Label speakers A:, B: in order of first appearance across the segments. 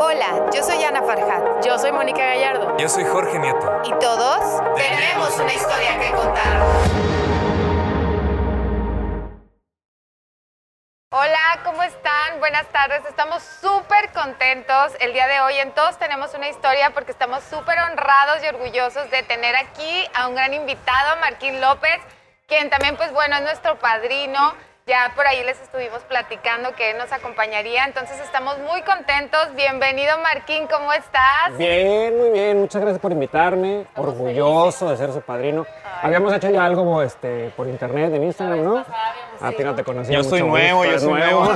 A: Hola, yo soy Ana Farhat
B: Yo soy Mónica Gallardo.
C: Yo soy Jorge Nieto.
A: y todos tenemos una historia que contar.
B: Hola, ¿cómo están? Buenas tardes. Estamos súper contentos el día de hoy. En todos tenemos una historia porque estamos súper honrados y orgullosos de tener aquí a un gran invitado, Marquín López, quien también, pues bueno, es nuestro padrino. Ya por ahí les estuvimos platicando que él nos acompañaría. Entonces estamos muy contentos. Bienvenido, Marquín, ¿cómo estás?
D: Bien, muy bien. Muchas gracias por invitarme. Orgulloso de ser su padrino. Habíamos hecho ya algo este, por internet, en Instagram, ¿no? A ti no te conocí.
E: Yo
D: mucho
E: soy
D: gusto,
E: nuevo, yo
D: eres
E: soy nuevo.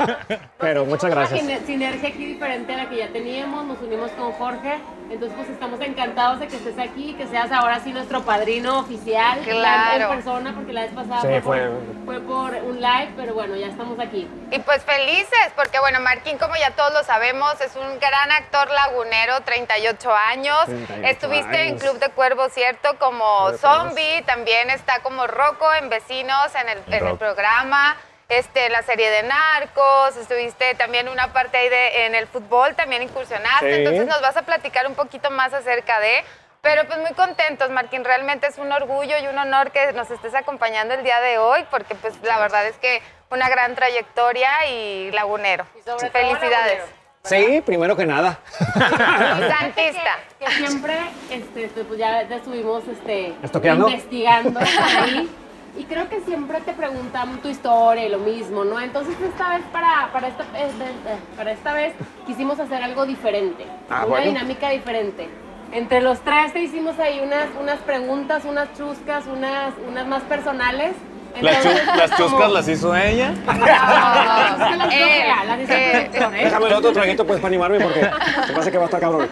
D: Pero muchas gracias.
F: Una sinergia aquí diferente a la que ya teníamos, nos unimos con Jorge, entonces pues estamos encantados de que estés aquí, que seas ahora sí nuestro padrino oficial, ya
B: Claro.
F: en persona, porque la vez pasada
D: Sí, fue-
F: por, fue por un live, pero bueno, ya estamos aquí.
B: Y pues felices, porque bueno, Marquín, como ya todos lo sabemos, es un gran actor lagunero, 38 años.
D: 38
B: Estuviste en
D: años.
B: Club de Cuervos, ¿cierto? Como
D: Club de Cuervos.
B: zombie, también está como Rocco en Vecinos, en el, en el
E: Rocco.
B: programa, este, en la serie de Narcos, estuviste también una parte ahí de, en el fútbol, también incursionaste.
D: Sí.
B: Entonces nos vas a platicar un poquito más acerca de... Pero pues muy contentos, Marquín, realmente es un orgullo y un honor que nos estés acompañando el día de hoy, porque pues la verdad es que una gran trayectoria y lagunero.
F: Y sobre todo
B: Felicidades.
D: Sí, primero que nada.
B: Y santista.
F: Que siempre, este, este, pues ya te estuvimos este,
D: ¿Estoqueando?
F: investigando por ahí. Y creo que siempre te preguntan tu historia y lo mismo, ¿no? Entonces esta vez para, para, esta, este, eh, para esta vez quisimos hacer algo diferente,
D: Ah,
F: una
D: bueno.
F: dinámica diferente. Entre los tres te hicimos ahí unas, unas preguntas, unas chuscas, unas, unas más personales.
E: Las, chu-
F: Entonces,
E: las
F: como-
E: chuscas las hizo ella.
F: Ah, es que las
B: Eh,
F: chuscas las hizo
B: eh,
F: el productor, ¿eh?
D: Déjame el otro traguito pues para animarme porque se pasa que va a estar cabrón.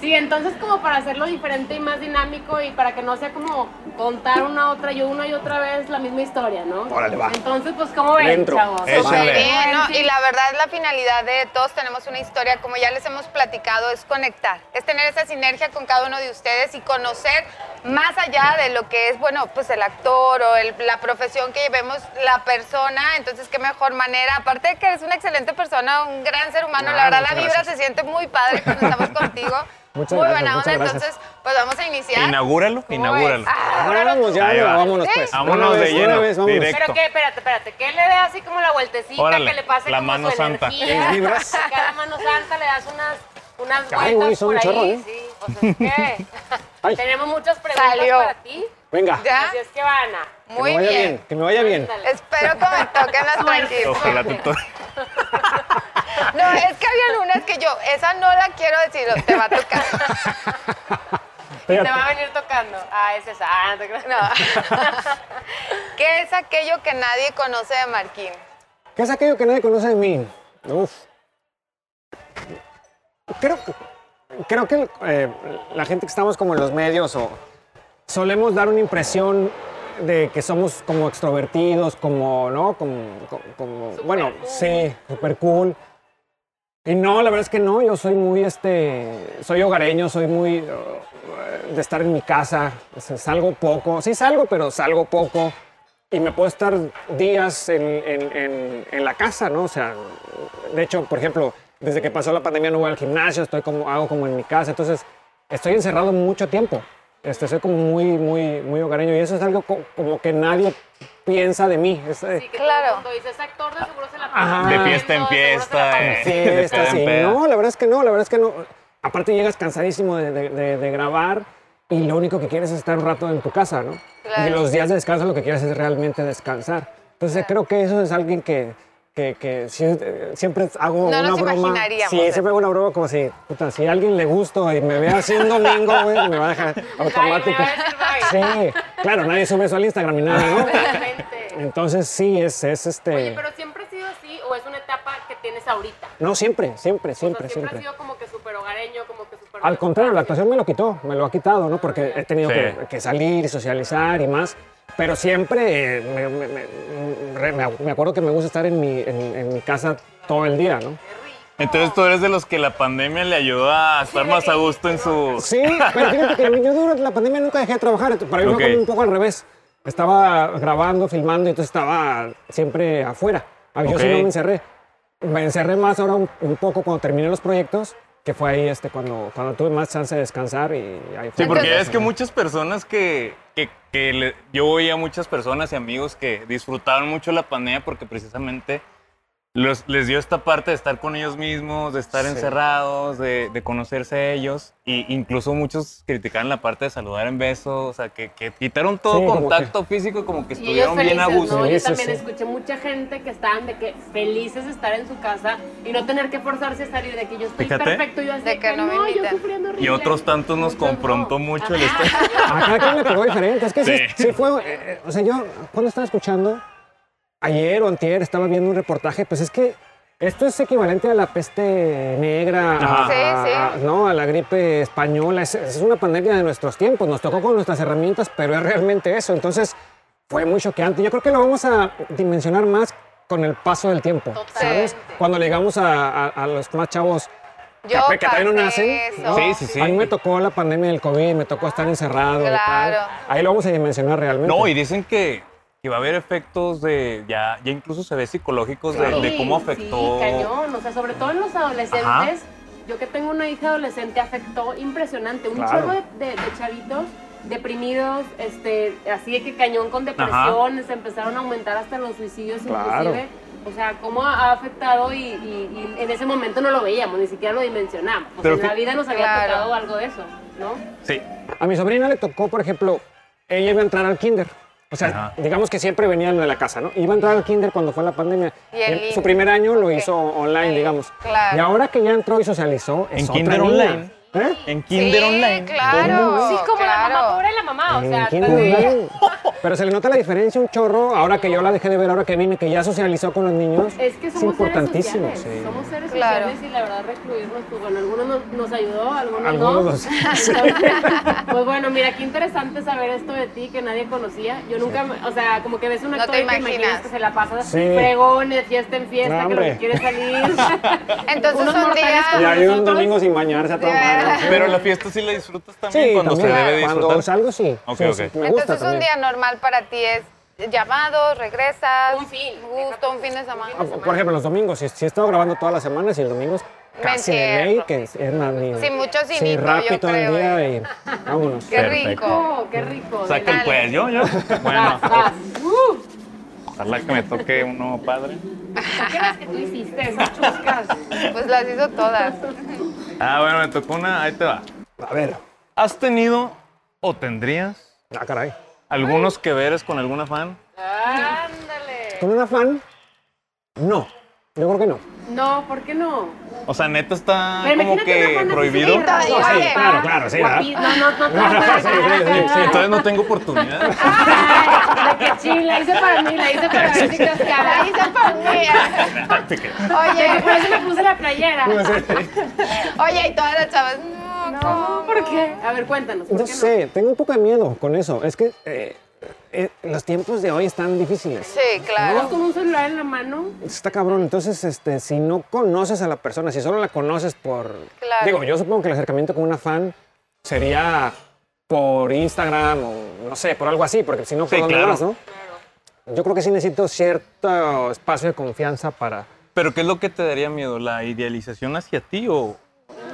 F: Sí, entonces como para hacerlo diferente y más dinámico y para que no sea como contar una otra y una y otra vez la misma historia, ¿no?
D: Órale, va.
F: Entonces, pues como
D: Le
F: ven,
D: entro.
F: chavos.
E: Échale.
F: Súper
B: Muy bien, ¿no?
F: sí.
B: Y la verdad, la finalidad de todos tenemos una historia, como ya les hemos platicado, es conectar, es tener esa sinergia con cada uno de ustedes y conocer más allá de lo que es, bueno, pues el actor o el- la profesión que llevemos la persona. Entonces, qué mejor manera. Aparte de que eres una excelente persona, un gran ser humano, la
D: Ah,
B: verdad, la
D: muchas
B: vibra
D: gracias.
B: se siente muy padre cuando estamos contigo.
D: Muchas
B: muy
D: gracias,
B: buena onda.
D: muchas gracias.
B: Entonces, pues vamos a iniciar.
E: Inaugúralo,
F: Pues,
B: ¿Cómo
E: inaugúralo.
B: ves? Ah,
D: Ahora vamos ya,
E: Ahí va.
D: vámonos pues.
E: Sí. Vámonos
D: Una
E: de
D: vez, una
E: lleno,
D: vez, vámonos.
E: directo.
F: Pero que, espérate, espérate, que él le dé así como la vueltecita,
E: Órale,
F: que le pase
E: la
F: como
E: mano
F: su
E: santa.
F: energía.
D: Mis vibras.
F: Cada mano santa le das unas, unas
D: Ay, güey,
F: vueltas
D: son
F: por
D: un
F: ahí.
D: chorro, ¿eh?
F: Sí, pues es que
D: Ay.
F: tenemos muchas preguntas
B: Salió.
F: para ti.
D: Venga.
B: Ya.
F: Así es que van a...
D: Que
B: Muy
D: me vaya
B: bien.
D: Que me vaya bien.
F: Ándale.
B: Espero que me toquen las tranquilas.
E: Ojalá te to-
B: No, es que había lunas que yo, esa no la quiero decir, te va a tocar.
F: Te va a venir tocando. Ah, es esa. Ah, no te creas.
B: No. ¿Qué es aquello que nadie conoce de Marquín?
D: ¿Qué es aquello que nadie conoce de mí? Uf. Creo, creo que eh, la gente que estamos como en los medios o solemos dar una impresión de que somos como extrovertidos, como, ¿no? Como, como- como- bueno, sí, super cool. Y no, la verdad es que no, yo soy muy, este, soy hogareño, soy muy uh, de estar en mi casa, o sea, salgo poco, sí salgo, pero salgo poco y me puedo estar días en, en- en- en la casa, ¿no? O sea, de hecho, por ejemplo, desde que pasó la pandemia no voy al gimnasio, estoy como, hago como en mi casa, entonces estoy encerrado mucho tiempo, este, soy como muy, muy, muy hogareño y eso es algo co- como que nadie piensa de mí. es, eh,
F: Sí, que
B: Claro.
F: claro. Cuando dices actor, de seguro se la
D: Ajá.
F: pasa
E: De
F: bebiendo,
E: fiesta en
F: seguro se la
E: fiesta,
F: pasa-
E: eh.
D: Sí,
E: De
D: está
E: peda en
D: así.
E: peda.
D: No, la verdad es que no, la verdad es que no. Aparte llegas cansadísimo de, de- de- de grabar y lo único que quieres es estar un rato en tu casa, ¿no?
B: Claro.
D: Y los días de descanso lo que quieres es realmente descansar. Entonces creo que eso es alguien que, que, que sí, eh, siempre hago
B: No
D: una
B: nos
D: broma.
B: imaginaríamos
D: sí,
B: eso.
D: siempre hago una broma como si, puta, si a alguien le gusto y me ve así un domingo, güey, me va a dejar automático.
F: va a decir
D: Sí, claro, nadie sube eso al Instagram ni nada, ¿no?
F: Totalmente.
D: Entonces sí, es, es este...
F: Oye, pero siempre ha sido así o es una etapa que tienes ahorita. O
D: No, siempre, siempre,
F: sea,
D: siempre,
F: siempre
D: siempre.
F: ha sido como que súper hogareño, como que súper.
D: Al contrario, la actuación me lo quitó, me lo ha quitado, ¿no? Porque he tenido
E: Sí.
D: que, que salir y socializar y más. Pero siempre eh, me, me- me- re- me- me acuerdo que me gusta estar en mi, en, en mi casa todo el día, ¿no?
E: Entonces tú eres de los que la pandemia le ayudó a estar más a gusto en su...
D: Sí, pero fíjate que yo durante la pandemia nunca dejé de trabajar. entonces, Para mí
E: Ok.
D: fue como un poco al revés. Estaba grabando, filmando, entonces estaba siempre afuera. Ah, Yo sí
E: Ok.
D: no me encerré. me encerré más ahora un, un poco cuando terminé los proyectos, que fue ahí este, cuando, cuando tuve más chance de descansar y ahí fue.
E: Sí, porque
D: cuando-
E: es que muchas personas que, que, que le- yo oía muchas personas y amigos que disfrutaron mucho la pandemia porque precisamente los- les dio esta parte de estar con ellos mismos, de estar
D: Sí.
E: encerrados, de, de conocerse ellos. Y incluso muchos criticaron la parte de saludar en beso, o sea, que, que quitaron todo
D: Sí, como
E: contacto físico y como que
F: Y ellos
E: estuvieron
F: felices,
E: bien a gusto.
F: ¿no?
D: Sí,
F: Yo
D: eso
F: también
D: sí.
F: escuché mucha gente que estaban de que felices de estar en su casa y no tener que forzarse a salir, de que yo estoy
E: Fíjate.
F: perfecto, yo así
B: De que no me
F: yo
B: invitan".
F: sufriendo horrible.
E: Y otros tantos nos
F: Muchos no.
E: confrontó mucho el
F: Ajá.
E: estar.
D: A cada quien le pegó diferente. Es que sí,
E: Sí.
D: sí fue. eh, eh, o sea, yo cuando estaba escuchando, ayer o antier, estaba viendo un reportaje, pues es que esto es equivalente a la peste negra, a,
B: Ajá. Sí, sí.
D: a- ¿no? a la gripe española. Es, es una pandemia de nuestros tiempos. Nos tocó con nuestras herramientas, pero es realmente eso. Entonces, fue muy choqueante. Yo creo que lo vamos a dimensionar más con el paso del tiempo, ¿sabes?
B: Totalmente.
D: Cuando llegamos a, a- a los más chavos
B: Yo
D: que todavía no
B: pasé
D: nacen,
B: eso.
D: ¿no?
E: Sí, sí, sí.
D: A mí me tocó la pandemia del COVID, me tocó estar encerrado. y
B: Claro.
D: tal. Ahí lo vamos a dimensionar realmente.
E: No, y dicen que, que va a haber efectos de, ya, ya incluso se ve psicológicos de, de cómo
F: Sí,
E: afectó.
F: Sí, cañón. O sea, sobre todo en los adolescentes.
E: Ajá.
F: Yo que tengo una hija adolescente, afectó impresionante. Un
D: Claro.
F: chorro de, de- de chavitos deprimidos, este, así de que cañón con depresiones, empezaron a aumentar hasta los suicidios
D: Claro.
F: inclusive. O sea, cómo ha ha afectado y, y- y en ese momento no lo veíamos, ni siquiera lo dimensionamos. O sea,
E: Pero
F: en la
E: fi-
F: vida nos había
B: Claro.
F: tocado algo de eso, ¿no?
E: Sí.
D: A mi sobrina le tocó, por ejemplo, ella iba a entrar al kinder. O sea,
E: Ajá.
D: digamos que siempre venían de la casa, ¿no? Iba a entrar al kinder cuando fue la pandemia.
B: Y el
D: su
B: in-
D: primer año lo
B: ok.
D: hizo online,
B: Sí,
D: digamos.
B: claro.
D: Y ahora que ya entró y socializó, es
E: ¿En
D: otra
E: kinder
D: niña.
E: online?
D: ¿Eh?
E: En Kinder
B: sí,
E: Online.
B: Claro.
F: sí, como la
B: claro.
F: mamá, pobre la mamá. O
D: En
E: Mm,
F: sea,
D: kinder
F: también.
D: online. Pero se le nota la diferencia un chorro ahora que yo la dejé de ver, ahora que vine, que ya socializó con los niños.
F: Es que somos
D: importantísimo.
F: seres sociales,
D: sí.
F: somos seres
B: Claro.
F: sociales y la verdad recluirnos, pues bueno, algunos nos, nos ayudó, algunos,
D: Algunos
F: no.
D: nos-
F: Entonces, pues bueno, mira, qué interesante saber esto de ti que nadie conocía. Yo nunca, me- o sea, como que ves un
B: No
F: actor
B: te
F: y te imaginas
B: imaginas.
F: que se la pasa
D: Sí.
F: fregón, de fiesta en fiesta,
D: No,
F: que lo que
D: hombre.
F: quiere es salir.
B: Entonces
F: Unos
B: un
F: mortales
B: día...
D: Y
F: como
D: hay un
F: nosotros.
D: domingo sin bañarse a toda madre.
B: Ya.
E: Pero la fiesta sí la disfrutas también
D: Sí,
E: cuando
D: también.
E: se debe disfrutar.
D: Cuando salgo, sí.
E: Ok,
D: Sí, sí,
E: ok.
D: me gusta
B: Entonces un
D: también.
B: día normal para ti es llamados, regresas,
F: Un fin.
B: gusto, un fin de semana.
D: Ah, Por ejemplo, los domingos, si, si he estado grabando todas las semanas y el domingo es
B: Me
D: casi de
B: encierro.
D: ley, que es, es más ni-
B: Sin mucho
D: sí,
B: cinito, yo
D: rápido todo el
B: creo, ¿eh?
D: día y vámonos.
B: Qué
E: Perfecto.
B: rico.
F: Oh, qué rico.
E: Saca el
B: Dale.
E: cuello, yo. Bueno,
F: Vas, vas. Uh,
E: ojalá que me toque uno padre.
F: ¿Qué las que tú hiciste? Esas chuscas.
B: Pues las hizo todas.
E: Ah, bueno, me tocó una. Ahí te va.
D: A ver,
E: ¿Has tenido o tendrías
D: ah, caray.
E: algunos que veres con algún afán?
F: Ándale.
D: ¿Con un afán? No, yo creo que no.
F: No, ¿por qué no?
E: O sea,
D: Ah,
E: neta está
F: Pero imagínate
E: como
F: una
E: que
F: fantasía
E: prohibido.
F: de razón,
B: Sí,
F: ¿eh?
D: claro, claro, sí, ¿verdad?
F: Guapi- No, no, no, no, no,
D: Sí, sí, sí,
E: Entonces no tengo oportunidad.
F: Ay, la que sí, la hice para mí, la hice para ver si
B: La hizo para mí. Oye, pues,
F: Por eso me puse la playera.
B: oye, y todas las chavas. No, ¿cómo?
F: ¿Por qué? A ver, cuéntanos. ¿por
D: No
F: qué
D: sé, tengo un poco de miedo con eso. Es que eh, eh, los tiempos de hoy están difíciles.
B: Sí,
F: ¿Estás
B: claro.
D: pues,
F: con un celular en la mano?
D: Está cabrón. Entonces, este, si no conoces a la persona, si solo la conoces por.
B: Claro.
D: Digo, yo supongo que el acercamiento con una fan sería por Instagram o no sé, por algo así, porque si no,
E: Sí,
D: ¿por dónde
E: claro.
D: vas, no? Yo creo que sí necesito cierto espacio de confianza para.
E: Pero ¿qué es lo que te daría miedo? ¿La idealización hacia ti o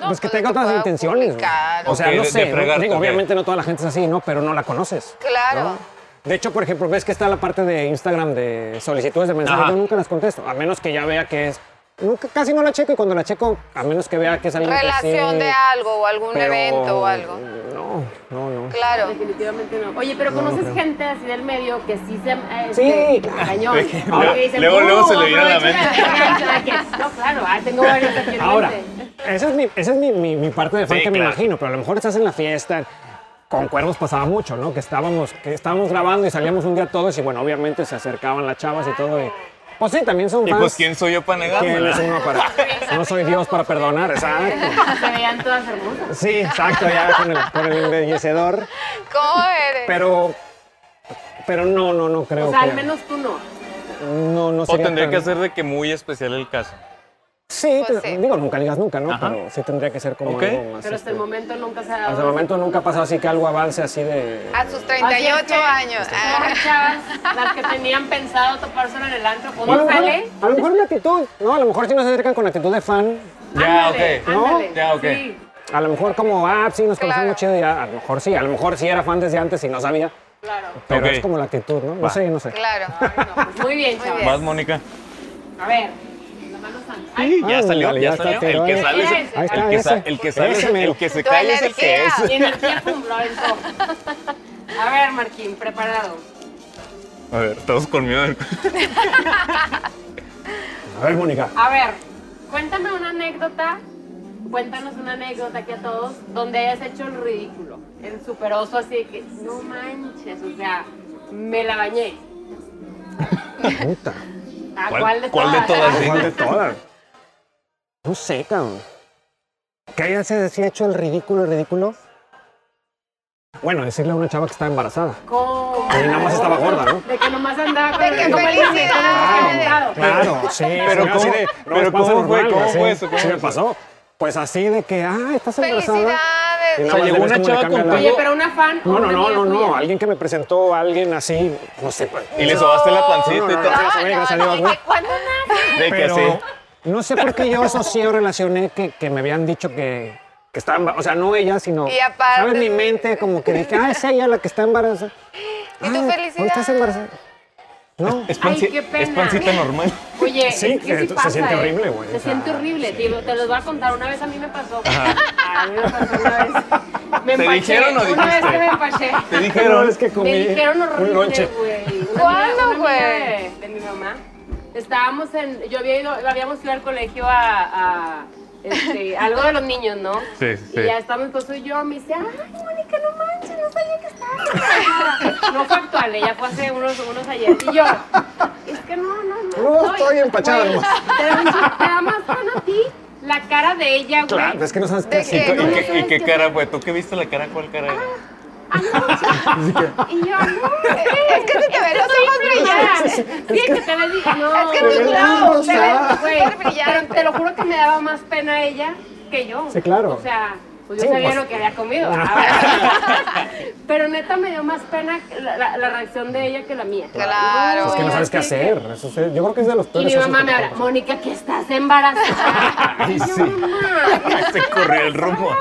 D: pues que
B: pues,
D: tenga
B: que
D: otras
B: pueda
D: intenciones. güey.
B: publicar
D: O sea,
E: Ok,
D: no
E: de-
D: sé.
E: de
D: ¿no?
E: fregarte,
D: Digo,
E: ok.
D: obviamente no toda la gente es así, ¿no? Pero no la conoces.
B: Claro.
D: ¿no? De hecho, por ejemplo, ves que está la parte de Instagram de solicitudes de mensajes.
E: Ajá.
D: Yo nunca las contesto, a menos que ya vea que es. Nunca, casi no la checo y cuando la checo, a menos que vea que es alguien que
B: Relación
D: sí,
B: de algo o algún
D: pero-
B: evento o algo.
D: No, no, no.
B: Claro.
F: Definitivamente no. Oye, pero conoces gente así del medio que sí se. eh,
D: Sí,
F: este,
D: claro.
F: Cañón.
E: De que
F: Ahora
E: luego-
F: que dicen,
E: luego- luego se le
F: "Uh,
E: viene a la
F: aprovecha
E: mente".
F: la cancha, que- No, claro, ah, tengo varios aquí en
D: Ahora,
F: mente.
D: esa es mi, esa es mi, mi- mi parte de fan
E: Sí,
D: que me
E: claro.
D: imagino, pero a lo mejor estás en la fiesta. Con cuervos pasaba mucho, ¿no? Que estábamos, que estábamos grabando y salíamos un día todos y bueno, obviamente se acercaban las chavas y todo. Y, pues sí, también son
E: y
D: fans.
E: pues quién soy yo para
D: ¿Quién es
E: negarme?
D: uno para.? No soy Dios para perdonar, exacto.
F: Se veían todas hermosas.
D: Sí, exacto, ya con el, con el embellecedor.
B: ¿Cómo eres?
D: Pero. Pero no, no, no creo.
F: O sea, al
D: que-
F: menos tú no.
D: No, no
E: O
D: sería
E: tendría
D: tan-
E: que hacer de que muy especial el caso.
D: Sí,
B: Pues
D: te-
B: sí.
D: digo, nunca digas nunca, ¿no?
E: Ajá.
D: Pero sí tendría que ser como
E: Ok.
D: algo más.
F: Pero hasta
D: este,
F: el momento nunca se ha dado.
D: hasta el momento nunca ha pasado así que algo avance así de.
B: A sus
F: Así es
B: 38
F: que,
B: años. Ah,
F: Pobre chavas, las que tenían pensado topárselo en el antro, pues
D: A lo
F: no
D: mejor-
F: sale.
D: A lo mejor una actitud, ¿no? A lo mejor si no se acercan con actitud de fan,
E: Ya,
F: Ándale, Ah,
E: ok.
D: ¿No?
F: ándale,
E: Ya, ok.
F: sí.
D: a lo mejor como, ah, sí, nos
B: Claro.
D: conocemos chido, y ah, a, a lo mejor sí, a lo mejor sí era fan desde antes y no sabía,
F: Claro.
D: pero
E: Ok.
D: es como la actitud, ¿no? No
E: Va.
D: sé, no sé.
B: Claro.
F: Bueno, pues muy bien,
B: Muy
F: chavas.
B: bien.
E: Vas, Mónica.
F: A ver, la mano santa. Ay,
E: Sí, ya
D: Ándale,
E: salió,
D: Ah, ya
E: ya
D: está,
E: salió.
D: pero
E: El que
D: ahí-
E: sale es
F: ahí
E: el-
D: está,
E: el que sa-
D: ese.
E: el que sale es
D: Ese
E: el-
D: mero.
E: el que se
B: Tu
E: cae es el que
B: energía.
E: es.
F: Mi energía fue un bronco. A ver, Marquín, preparado.
E: A ver, todos con miedo.
D: A ver, Mónica.
F: A ver, cuéntame una anécdota. Cuéntanos una anécdota aquí a todos donde hayas hecho el ridículo. En superoso, así de que no manches, o sea, me la bañé.
D: Puta.
F: ¿A
E: ¿Cuál-
F: cuál, de todas?
E: cuál de todas?
F: Ah,
D: ¿Cuál de todas? No sé, cabrón. ¿Qué haya se decía hecho el ridículo, el ridículo? Bueno, decirle a una chava que está embarazada.
F: ¿Cómo?
D: Que nada más estaba gorda, ¿no?
F: De que nomás andaba con
B: De
F: el-
B: que
F: como el-
B: felicidades.
F: con el-
B: Claro.
D: Claro, sí. sí,
E: Pero
D: así
E: ¿cómo-
D: de,
E: pero
D: no, es pasa
E: cómo fue?
D: normal,
E: ¿Cómo
D: güey,
E: fue
D: sí.
E: eso? ¿Cómo
D: Sí me
E: fue eso?
D: pasó. Pues así de que, ah, estás embarazada.
B: Felicidades.
D: Y nada
E: O sea,
D: más le
E: llegó
D: ves
E: una
D: cómo
E: chava
D: le cambia
E: con
D: la-
F: Oye, pero una fan. o
D: No, no,
F: una
D: no,
F: amiga
D: no,
F: tuya.
D: no. Alguien que me presentó, alguien así, no sé. pues,
E: Y le sobaste la pancita y
D: No,
E: todo.
D: no, Gracias, oye, gracias a Dios,
B: de
D: ¿no?
B: que cuando nace.
E: De que
D: Pero
E: sí.
D: no sé por qué yo asocié o relacioné que, que me habían dicho que, que estaba embarazada. O sea, no ella, sino.
B: Y aparte-
D: ¿Sabes? Mi mente, como que dije, ah, es ella la que está embarazada.
B: Y tu
D: Ah,
B: felicidad.
D: ¿hoy estás embarazada? No.
E: Es, panci-
F: Ay, qué pena.
E: es pancita normal.
F: Oye,
D: Sí,
F: es que
D: que
F: sí
D: se
F: pasa,
D: siente
F: ¿eh?
D: horrible, güey,
F: Se
D: o sea,
F: siente horrible, tío. Te los voy a contar. Una vez a mí me pasó. A mí me pasó una vez. Me
E: ¿Te
F: empaché.
E: dijeron o
F: Una vez
E: dijiste?
F: que me empaché.
E: Te
D: Pero
E: dijeron.
D: es que comí
F: Me dijeron
D: un
F: horrible,
D: lonche.
F: güey. Una
B: ¿Cuándo,
F: amiga- una amiga
B: güey?
F: De, de mi mamá. Estábamos en. Yo había ido, habíamos ido al colegio a. a, este, algo de los niños, ¿no?
E: Sí, sí, sí.
F: Y ya está mi esposo y yo, me dice, ay, Mónica, no manches, no sabía que estaba. No fue actual, ella fue hace unos, unos ayer. Y yo, es que no, no, no.
D: No, estoy empachada
F: Güey,
D: nomás.
F: Te da, un chis- te da más pena a ti la cara de ella, güey.
D: Claro, es que no sabes qué
B: ¿De
E: ¿Y,
D: hacer.
E: co- y
B: No, no
E: qué-
F: sabes
E: y qué
F: qué
E: cara fue? ¿Tú qué viste la cara? ¿Cuál cara era?
F: Ah, no, sí. Y yo, no,
B: Es que se te ven los ojos brillantes.
F: Sí, que te ves y- No,
B: Es que
F: güey,
B: tus globos se ven
F: no,
B: súper
F: güey. Pero te
B: brillantes.
F: lo juro que me daba más pena ella que yo.
D: Sí, claro.
F: O sea, pues yo
D: Sí,
F: sabía
D: pues. Ah.
F: lo que había comido. Pero neta me dio más pena la, la- la reacción de ella que la mía.
B: Claro.
D: Es que no sabes qué
F: así que-
D: hacer. Eso sí, yo creo que es de los
F: Y
D: peores.
F: mi
D: casos
F: mamá
D: que
F: me
D: te
F: habla,
D: pasan.
F: Mónica, que estás embarazada.
E: Ay, sí. Se corrió el rumbo.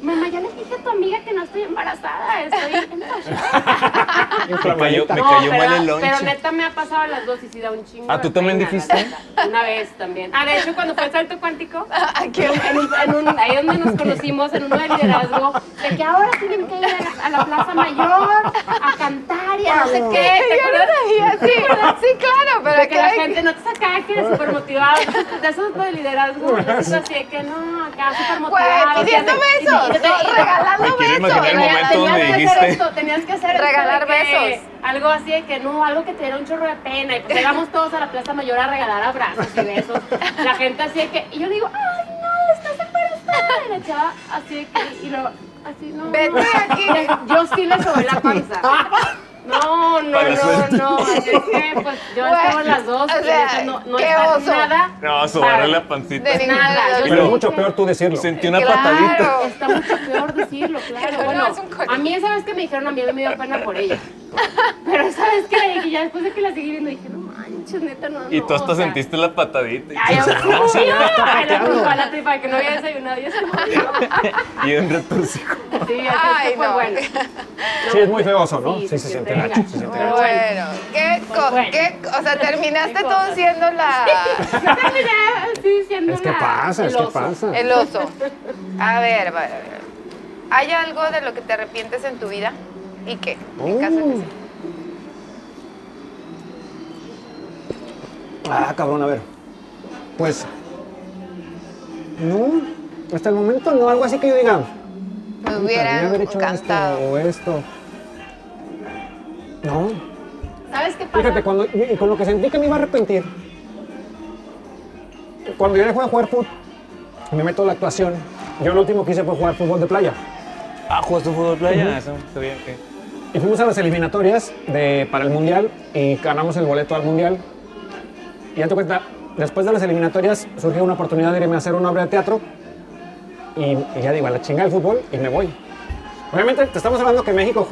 F: Mamá, ya le dije a tu amiga que no estoy embarazada, estoy embarazada.
E: Me cayó, me
F: No,
E: cayó
F: pero-
E: mal el
F: Pero
E: lonche.
F: neta me ha pasado las dos y sí da un chingo.
E: Ah,
F: de
E: ¿tú también
F: pena, la
E: dijiste?
F: neta. Una vez también. Ah, de hecho, cuando fue el salto cuántico,
B: Aquí
F: en, en un- en un- ahí donde nos conocimos, en uno de liderazgo, de que ahora tienen que ir a la, a la Plaza Mayor a cantar y a no sé qué. ¿te
B: Yo no
F: acuerdas?
B: sabía, sí, sí, claro, pero
F: De que la
B: acá
F: gente no te saca que eres súper motivado. De esos de liderazgo, yo siento así de que no, acá súper motivado.
B: Güey, pidiendo besos, no, regalando
E: Me quiero
B: besos.
E: imaginar el
F: Tenías
E: momento donde
F: que hacer
E: dijiste.
F: esto, tenías que hacer esto
B: Regalar
F: de que
B: besos.
F: Algo así de que no, algo que te diera un chorro de pena. Y pues llegamos todos a la Plaza Mayor a regalar abrazos y besos. La gente así de que. Y yo le digo, ay, no, estás embarazada. Y la chava así de que. Y luego, así no.
B: Vete
F: no.
B: de aquí.
F: Le- Yo sí le sobré la panza. No, no,
E: Para la
F: no,
E: suerte.
F: no. Así es que, pues yo estaba en las dos.
B: Güey, o
F: y
B: sea,
F: neta, no, no
B: qué
F: está
B: oso.
F: nada.
E: No,
F: padre.
E: sobaré la pancita.
B: de ninguna
F: Nada,
B: de las
F: yo
D: Pero
E: Pero-
D: es
B: dos.
D: mucho peor tú decirlo.
E: Sentí una
B: Claro.
E: patadita.
F: Está mucho peor decirlo, claro.
B: Pero
F: bueno,
B: no, es un coche.
F: a mí esa vez que me dijeron a mí me dio pena por ella. Pero esa vez que le dije, ya después de que la seguí viendo, dije, no manches, neta, no.
E: Y
F: no,
E: tú hasta
F: o sea,
E: sentiste la patadita.
F: Ay,
E: Y-
F: o sea, no,
D: sí, ya está
F: ay, la
D: pateando.
F: culpa, la tripa, que no había desayunado. Yo sí,
E: Y un retorcijo.
F: sí,
B: Ay,
F: ay, fue
B: no. eh,
F: bueno.
D: Sí, es muy feoso, ¿no?
F: Sí,
D: Sí,
F: se
D: se
F: siente
D: siente gacho.
F: gacho.
D: se siente gacho.
B: Bueno, qué, co-
F: Bueno.
B: qué- o sea, terminaste
F: Qué
B: tú
F: cosas.
B: siendo la,
F: Yo terminé así siendo
D: Es que
F: la-
D: pasa, es
F: el
D: que
F: oso.
D: pasa.
B: el oso. A ver, a ver, a ver. ¿Hay algo de lo que te arrepientes en tu vida? ¿Y qué? En caso de
D: Uh,
B: que sí.
D: Ah, cabrón, a ver. Pues. No, hasta el momento no, algo así que yo diga.
B: Me
D: "Puta, debí
B: hubiera
D: haber hecho
B: encantado.
D: esto o esto. No,
F: ¿Sabes qué pasa?
D: fíjate, cuando, y- y con lo que sentí que me iba a arrepentir. Cuando yo dejé de jugar fútbol, me meto a la actuación. Yo lo último que hice fue jugar fútbol de playa.
E: Ah, ¿jugaste fútbol playa? Eso está bien, ok.
D: Y fuimos a las eliminatorias de, para el Mundial y ganamos el boleto al Mundial. Y ya te cuenta, después de las eliminatorias surgió una oportunidad de irme a hacer una obra de teatro y, y ya digo, a la chinga del fútbol y me voy. Obviamente te estamos hablando que México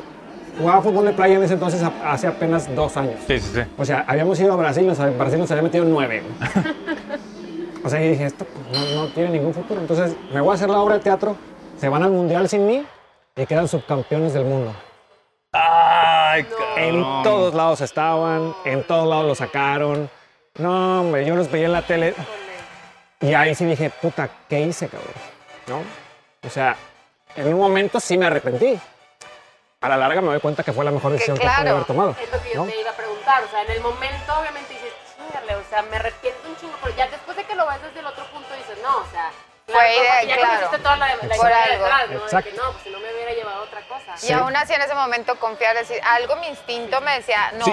D: jugaba fútbol de playa en ese entonces a- hace apenas dos años.
E: Sí, sí, sí.
D: O sea, habíamos ido a Brasil, nos, Brasil nos había metido nueve. güey. o sea, y dije, esto pues, no, no tiene ningún futuro. Entonces me voy a hacer la obra de teatro, se van al mundial sin mí y quedan subcampeones del mundo.
E: Ay,
D: En
E: cabrón.
D: todos lados estaban, en todos lados los sacaron. No, hombre, yo los veía en la tele. Y ahí sí dije, puta, ¿qué hice, cabrón? ¿No? O sea, en un momento sí me arrepentí. A la larga me doy cuenta que fue la mejor decisión que, pude
B: claro,
D: haber tomado.
F: Es lo que yo
D: ¿no?
F: te iba a preguntar. O sea, en el momento obviamente dices, chingale, o sea, me arrepiento un chingo. Pero ya después de que lo ves desde el otro punto dices, no, o sea,
B: Fue idea,
F: porque ya
B: claro.
F: conociste toda la, la
D: Por
F: historia
B: algo.
F: detrás, ¿no? De que
D: Exacto.
F: no, pues si no me hubiera llevado a otra cosa.
B: Y aún así en ese momento confiar, decir, algo mi instinto me decía, no,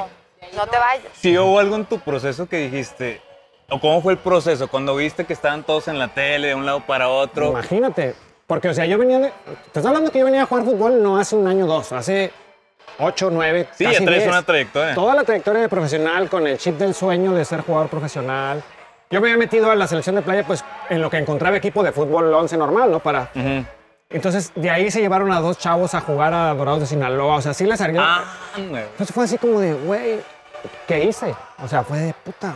E: Sí.
B: no te vayas.
E: Si hubo algo en tu proceso que dijiste, o cómo fue el proceso, cuando viste que estaban todos en la tele, de un lado para otro.
D: Imagínate. Porque, o sea, yo venía de. Te estoy hablando que yo venía a jugar fútbol no hace un año o dos, hace ocho, nueve.
E: Sí, ya
D: casi
E: traes
D: 10.
E: una trayectoria.
D: Toda la trayectoria de profesional con el chip del sueño de ser jugador profesional. Yo me había metido a la selección de playa, pues en lo que encontraba equipo de fútbol 11 normal, ¿no? Para.
E: Ujú.
D: Entonces, de ahí se llevaron a dos chavos a jugar a Dorados de Sinaloa. O sea, sí les salió.
E: Ah, güey.
D: Entonces fue así como de, güey, ¿qué hice? O sea, fue de puta.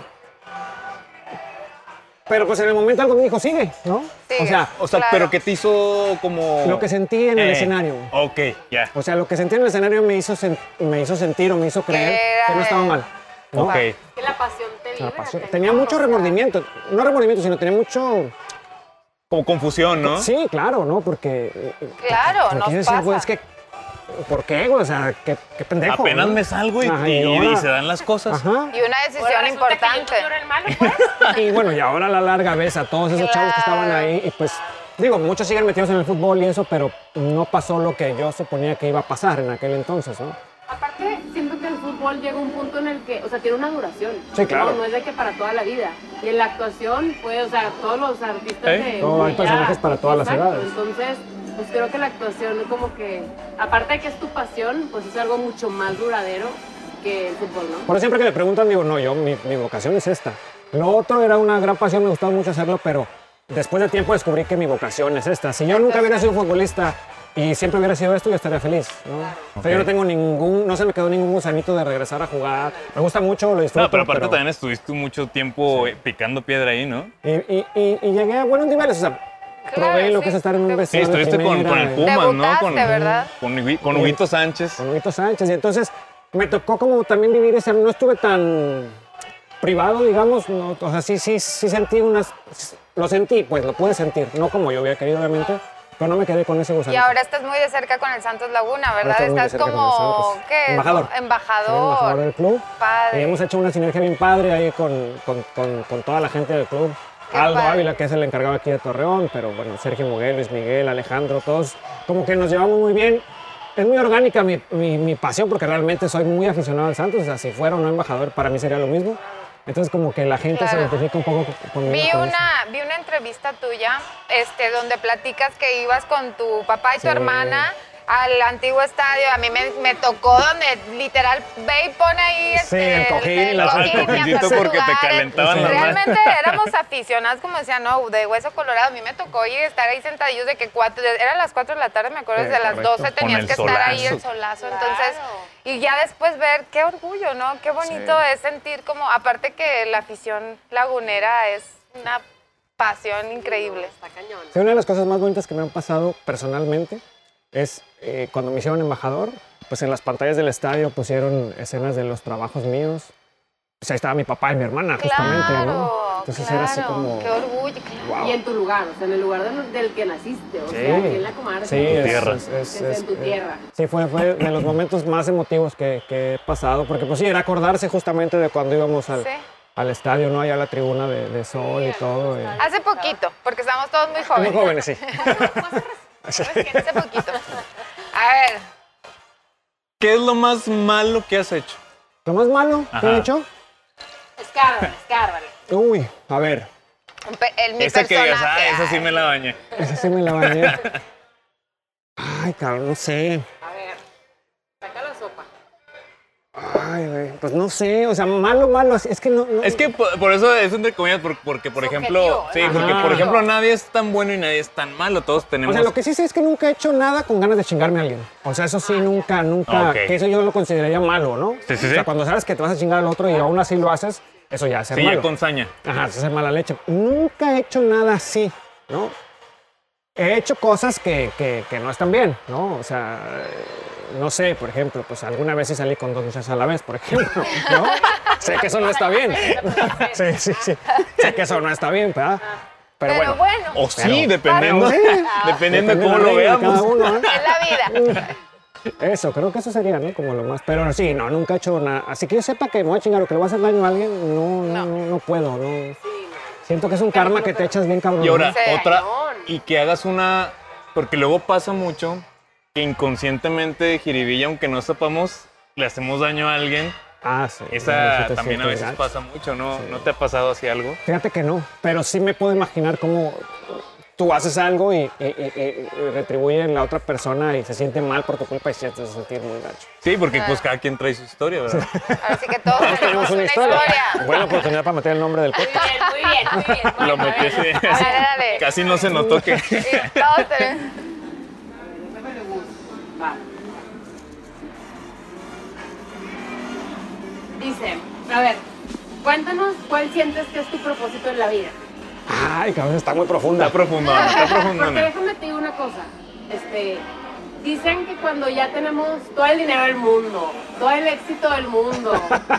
D: Pero pues en el momento algo me dijo, sigue, ¿no? O
B: Sigue.
D: sea,
E: O sea,
B: Claro.
E: pero que te hizo como.
D: Lo que sentí en el
E: Eh,
D: escenario. güey.
E: Ok, ya.
D: O sea, lo que sentí en el escenario me hizo, sen- me hizo sentir o me hizo creer
B: era
D: que no estaba
B: el-
D: mal. ¿no?
E: Ok.
F: Que la pasión te
D: La
F: libera.
D: pasión.
F: te
D: Tenía
F: libera,
D: mucho
F: o sea,
D: remordimiento. No remordimiento, sino tenía mucho...
E: Como confusión, ¿no?
D: Sí, claro, ¿no? Porque... eh,
B: Claro,
D: porque
B: nos
D: yo decía, güey,
B: pasa.
D: es que... ¿Por qué, güey? O sea, qué, qué pendejo.
E: Apenas
D: ¿no?
E: me salgo y,
D: Ajá,
E: y- pues".
D: ahora-
E: y se dan las cosas.
D: Ajá.
B: Y una
F: Ahora
B: decisión
F: resulta
B: importante.
F: Que yo no era el malo, pues.
D: Y bueno, y ahora a la larga ves a todos esos chavos que estaban
B: Claro.
D: ahí y pues... Digo, muchos siguen metidos en el fútbol y eso, pero no pasó lo que yo suponía que iba a pasar en aquel entonces, ¿no?
F: Aparte, siento que el fútbol llega a un punto en el que, o sea, tiene una duración.
D: Sí, claro.
F: No, no es de que para toda la vida. Y en la actuación, pues, o sea, todos los artistas
E: ¿Eh?
F: de...
D: No, hay
F: ya,
D: personajes para todas las
F: exacto.
D: edades.
F: Entonces, pues creo que la actuación como que, aparte de que es tu pasión, pues es algo mucho más duradero que el fútbol, ¿no?
D: Por eso siempre que me preguntan, digo, no, yo, mi, mi vocación es esta. Lo otro era una gran pasión, me gustaba mucho hacerlo, pero después de tiempo descubrí que mi vocación es esta. Si yo nunca hubiera sido futbolista y siempre hubiera sido esto, yo estaría feliz, ¿no? Pero yo no
E: Ok.
D: tengo ningún, no se me quedó ningún gusanito de regresar a jugar. Me gusta mucho, lo disfruto.
E: No, pero aparte también estuviste mucho tiempo eh, picando piedra ahí, ¿no?
D: Y, y- y- y llegué a buenos niveles, o sea,
B: Claro,
D: probé lo
B: sí.
D: que es estar en un
B: Sí,
E: Sí,
D: vestido de
E: estuviste con,
D: primera,
E: con el
D: eh.
E: Pumas, ¿no? Con,
B: Debutaste, ¿verdad?
E: con, Hugui- con Huguito Sánchez.
D: con Huguito Sánchez. Y entonces me tocó como también vivir ese, no estuve tan privado, digamos, no, o sea, sí, sí, sí sentí unas, lo sentí, pues lo pude sentir, no como yo hubiera querido, obviamente, pero no me quedé con ese
B: Y
D: gusanito.
B: ahora estás muy de cerca con el Santos Laguna,
D: Ahora
B: ¿verdad?
D: estoy muy de
B: Estás
D: cerca con los
B: como,
D: Santos.
B: ¿qué?
D: Embajador.
B: Embajador.
D: Soy embajador del club.
B: Padre.
D: Y hemos hecho una sinergia bien padre ahí con, con- con- con toda la gente del club.
B: Qué
D: Aldo
B: padre.
D: Ávila, que es el encargado aquí de Torreón, pero bueno, Sergio Muguel, Luis Miguel, Alejandro, todos como que nos llevamos muy bien. Es muy orgánica mi, mi- mi pasión porque realmente soy muy aficionado al Santos. O sea, si fuera o no embajador, para mí sería lo mismo. Entonces, como que la gente se
B: Claro.
D: identifica un poco con- conmigo.
B: Vi
D: con eso.
B: una, vi una entrevista tuya este, donde platicas que ibas con tu papá y tu
D: Sí.
B: hermana al antiguo estadio. A mí me, me tocó donde literal ve y pone ahí
D: Sí,
B: este,
D: el cojín y las
B: cojín
E: alfombras.
B: y hasta
E: Cojincito porque te
B: lugares.
E: calentaban
D: las manos.
B: Realmente éramos aficionados, como decían, no, de hueso colorado. A mí me tocó ir estar ahí sentadillos de que cuatro, eran las 4 de la tarde, me acuerdo,
D: Sí,
B: desde las
D: correcto.
B: 12 tenías
E: el
B: que estar ahí el
E: solazo.
B: solazo. Entonces, y ya después ver qué orgullo, ¿no? Qué bonito es sentir como, aparte que la afición lagunera es una pasión increíble.
F: Está cañón.
D: Sí, una de las cosas más bonitas que me han pasado personalmente es eh, cuando me hicieron embajador, pues en las pantallas del estadio pusieron escenas de los trabajos míos. Pues ahí estaba mi papá y mi hermana, justamente, ¿no?
B: Claro,
D: Entonces
B: claro,
D: era así como...
B: qué orgullo, claro.
D: wow.
F: Y en tu lugar, o sea, en el lugar del, del que naciste, o
D: Sí.
F: sea, aquí en la comarca.
D: Sí, es-
E: tierra.
D: es- es-
F: Desde
D: es-
F: tu
D: eh,
F: tierra.
D: Sí, fue, fue de los momentos más emotivos que, que he pasado, porque pues sí, era acordarse justamente de cuando íbamos al,
B: Sí.
D: al estadio, ¿no? Allá a la tribuna de, de sol y todo. y-
B: Hace poquito, porque estamos todos muy
D: Muy
B: jóvenes.
D: jóvenes, sí.
B: Hace poquito. A ver,
E: ¿Qué es lo más malo que has hecho?
D: ¿Lo más malo que he
E: Ajá.
D: hecho?
F: Escárbale, escárbale.
D: Uy, a ver,
B: un pe- el mi
E: Esa que digas, ah,
B: personaje,
E: esa sí
B: ay,
E: me la bañé.
D: Esa sí me la bañé. Ay, cabrón, no sé.
F: A ver, saca la sopa.
D: Ay, güey. Pues no sé, o sea, malo, malo. Es que no. no-
E: Es que por, por eso es entre comillas, por- porque, por ejemplo,
B: Subjetivo,
E: sí,
B: ¿no?
E: porque por
D: Ajá.
E: ejemplo nadie es tan bueno y nadie es tan malo, todos
D: O
E: tenemos...
D: sea, lo que sí sé es que nunca he hecho nada con ganas de chingarme a alguien. O sea, eso sí, nunca, nunca.
E: Ah, ok.
D: Que eso yo lo consideraría malo, ¿no?
E: Sí, sí,
D: O sea,
E: sí.
D: cuando sabes que te vas a chingar al otro y aún así lo haces, eso ya es ser
E: sí, ya
D: malo.
E: con saña.
D: Ajá, eso es ser mala leche. Nunca he hecho nada así, ¿no? He hecho cosas que, que- que no están bien, ¿no? O sea, eh, no sé, por ejemplo, pues alguna vez sí salí con dos muchachas a la vez, por ejemplo, ¿no? sé que eso no está bien. sí, sí, sí. Sé que eso no está bien, ¿verdad? Pero,
B: Pero
D: bueno.
B: bueno,
E: O sí,
D: Pero-
E: dependiendo,
D: Claro, sí.
E: dependiendo de
D: Depende
E: cómo
D: la
E: lo
D: regla de
E: veamos.
D: cada uno, ¿eh?
B: es la vida.
D: Eso, creo que eso sería, ¿no? Como lo más. Pero sí, no, nunca he hecho nada. Así que yo sepa que me voy a chingar o que le voy a hacer daño a alguien, no, no, no, no puedo, no. Siento que es un karma que te echas bien cabrón.
E: Y ahora,
B: Sí.
E: otra.
F: Cañón.
E: Y que hagas una. Porque luego pasa mucho que inconscientemente de jiribilla, aunque no sepamos, le hacemos daño a alguien.
D: Ah, sí.
E: Esa
D: Sí, sí,
E: también
D: sí,
E: a veces
D: gacho.
E: pasa mucho, ¿no? ¿No te ha pasado así algo?
D: Fíjate que no, pero sí me puedo imaginar cómo tú haces algo y, y- y- y- y retribuye en la otra persona y se siente mal por tu culpa y se hace sentir muy gacho.
E: Sí,
F: Ah.
E: porque pues cada quien trae su historia, ¿verdad?
B: Ahora sí que todos tenemos una historia.
D: Buena oportunidad para meter el nombre del podcast.
F: Muy bien, muy bien, muy bien. Bueno,
E: Lo
F: a ver,
E: metí así.
B: Dale, dale.
E: Casi no se notó que.
B: Sí, todos tenemos.
F: va. Dice, a ver, cuéntanos cuál sientes que es tu propósito en la vida.
D: Ay, cabrón, está muy profunda.
E: Está profundo, está profundo.
F: Porque déjame te digo una cosa. Este, dicen que cuando ya tenemos todo el dinero del mundo, todo el éxito del mundo,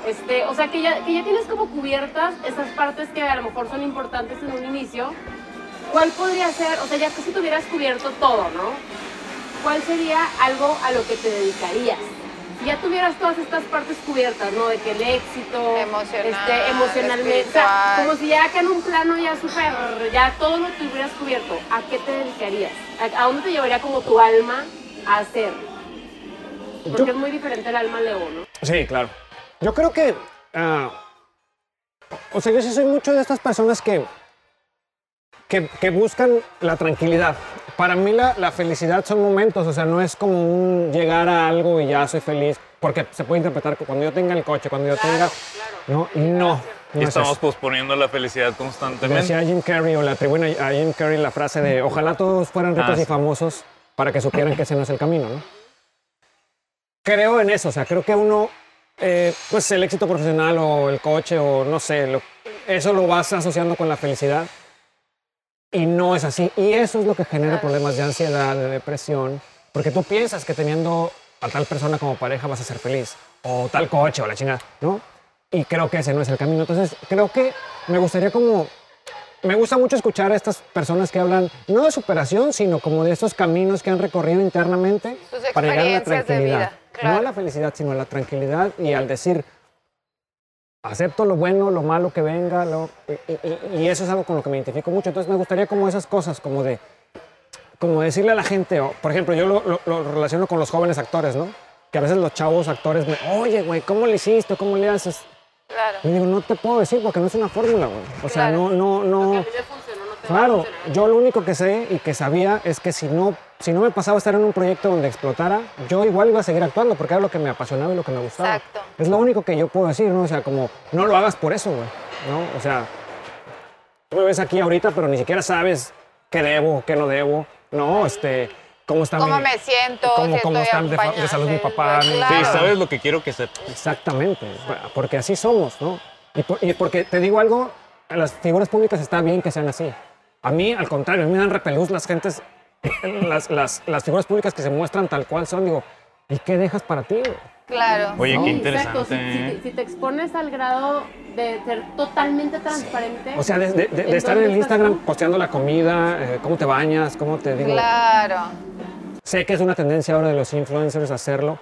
F: este, o sea, que ya, que ya tienes como cubiertas esas partes que a lo mejor son importantes en un inicio, ¿cuál podría ser, o sea, ya que si tuvieras cubierto todo, ¿no? ¿Cuál sería algo a lo que te dedicarías? Si ya tuvieras todas estas partes cubiertas, ¿no? De que el éxito,
B: Emocional,
F: este, emocionalmente, o sea,
B: espiritual.
F: como si ya acá en un plano ya super, ya todo lo que hubieras cubierto, ¿a qué te dedicarías? ¿A, a dónde te llevaría como tu alma a hacer? Porque
D: Yo-
F: es muy diferente el alma león, ¿no?
D: Sí, claro. Yo creo que. ah, o sea, yo sí soy mucho de estas personas que. que, que buscan la tranquilidad. Para mí, la, la felicidad son momentos, o sea, no es como un llegar a algo y ya soy feliz. Porque se puede interpretar que cuando yo tenga el coche, cuando yo tenga. No, no. no
E: Y
D: es
E: estamos
D: eso.
E: posponiendo la felicidad constantemente.
D: Decía Jim Carrey o le atribuyen a a Jim Carrey la frase de ojalá todos fueran ricos
E: Ah, sí.
D: y famosos para que supieran que ese no es el camino, ¿no? Creo en eso, o sea, creo que uno, eh, pues el éxito profesional o el coche o no sé, lo- eso lo vas asociando con la felicidad y no es así. Y eso es lo que genera problemas de ansiedad, de depresión, porque tú piensas que teniendo a tal persona como pareja vas a ser feliz, o tal coche, o la chingada, ¿no? Y creo que ese no es el camino. Entonces, creo que me gustaría como... Me gusta mucho escuchar a estas personas que hablan no de superación, sino como de estos caminos que han recorrido internamente
B: Sus
D: para llegar a la
B: experiencias de
D: tranquilidad.
B: vida, claro.
D: No a la felicidad, sino a la tranquilidad y al decir, acepto lo bueno, lo malo que venga, lo- y, y- y eso es algo con lo que me identifico mucho. Entonces me gustaría como esas cosas, como de, como decirle a la gente, o, por ejemplo, yo lo, lo- lo relaciono con los jóvenes actores, ¿no? Que a veces los chavos actores me, oye, güey, ¿cómo le hiciste? ¿Cómo le haces?
B: Claro.
D: Y digo, no te puedo decir porque no es una fórmula, güey. O sea,
B: Claro.
D: no, no, no. Oh. Claro, yo lo único que sé y que sabía es que si no, si no me pasaba a estar en un proyecto donde explotara, yo igual iba a seguir actuando porque era lo que me apasionaba y lo que me gustaba.
B: Exacto.
D: Es lo único que yo puedo decir, ¿no? O sea, como, no lo hagas por eso, güey, ¿no? O sea, tú me ves aquí ahorita, pero ni siquiera sabes qué debo, qué no debo, ¿no? Este, cómo está
B: ¿Cómo
D: mi-
B: me siento?
D: cómo-
B: si
D: cómo
B: estoy
D: está de fa- de
B: acompañada,
D: salud mi
B: sí,
D: papá, mi-
E: Sí,
B: claro.
E: sabes lo que quiero que sepas.
D: Exactamente, porque así somos, ¿no? Y, por- y porque te digo algo, a las figuras públicas está bien que sean así. A mí, al contrario, a mí me dan repelús las gentes, las, las, las figuras públicas que se muestran tal cual son. Digo, ¿y qué dejas para ti? güey?
B: Claro.
E: Oye, qué
F: Sí, exacto. Si,
E: interesante.
F: si te- si te expones al grado de ser totalmente transparente.
D: O sea, de, de- de- de
F: ¿en
D: estar en
F: dónde
D: el
F: estás
D: Instagram
F: tú?
D: posteando la comida, eh, cómo te bañas, cómo te digo.
B: Claro.
D: Sé que es una tendencia ahora de los influencers hacerlo,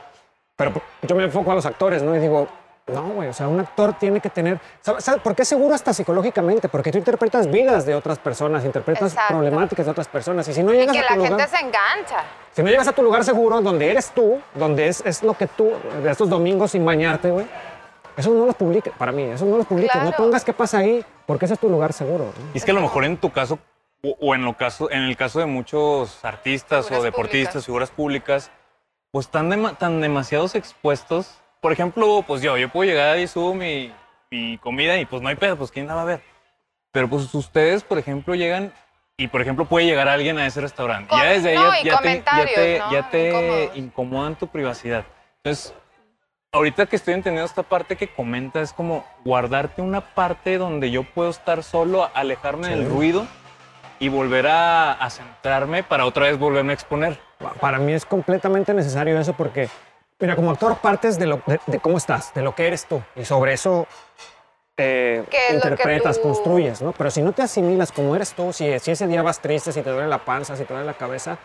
D: pero por- yo me enfoco a los actores, ¿no? Y digo, no, güey, o sea, un actor tiene que tener... ¿Sabes sabe por qué seguro hasta psicológicamente? Porque tú interpretas vidas de otras personas, interpretas
B: Exacto.
D: problemáticas de otras personas. Y si no
B: Y
D: llegas
B: que
D: a tu
B: la
D: lugar...
B: gente se engancha.
D: Si no llegas a tu lugar seguro, donde eres tú, donde es, es lo que tú, de estos domingos sin bañarte, güey, eso no los publiques, para mí, eso no los publiques. No
B: Claro.
D: pongas qué pasa ahí, porque ese es tu lugar seguro. ¿no?
E: Y es que a lo mejor en tu caso, o, o en, lo caso, en el caso de muchos artistas
B: Figuras
E: o deportistas,
B: públicas.
E: figuras públicas, pues están dema- tan demasiados expuestos. por ejemplo, pues yo, yo puedo llegar y subo mi, mi comida y pues no hay pedo, pues quién la va a ver. Pero pues ustedes, por ejemplo, llegan y, por ejemplo, puede llegar alguien a ese restaurante.
B: Com-
E: ya desde ahí
B: no,
E: ya-
B: y
E: ya, te, ya, te,
B: comentarios,
E: ya
B: ¿no?
E: te
B: Incómodos.
E: incomodan tu privacidad. Entonces, ahorita que estoy entendiendo esta parte que comenta, es como guardarte una parte donde yo puedo estar solo, alejarme del ruido y volver a, a centrarme para otra vez volverme a exponer.
D: Pa- Para mí es completamente necesario eso porque, mira, como actor partes de, lo, de, de cómo estás, de lo que eres tú. Y sobre eso eh,
B: ¿Qué es lo que
D: interpretas,
B: tú-
D: construyes, ¿no? Pero si no te asimilas como eres tú, si, si ese día vas triste, si te duele la panza, si te duele la cabeza,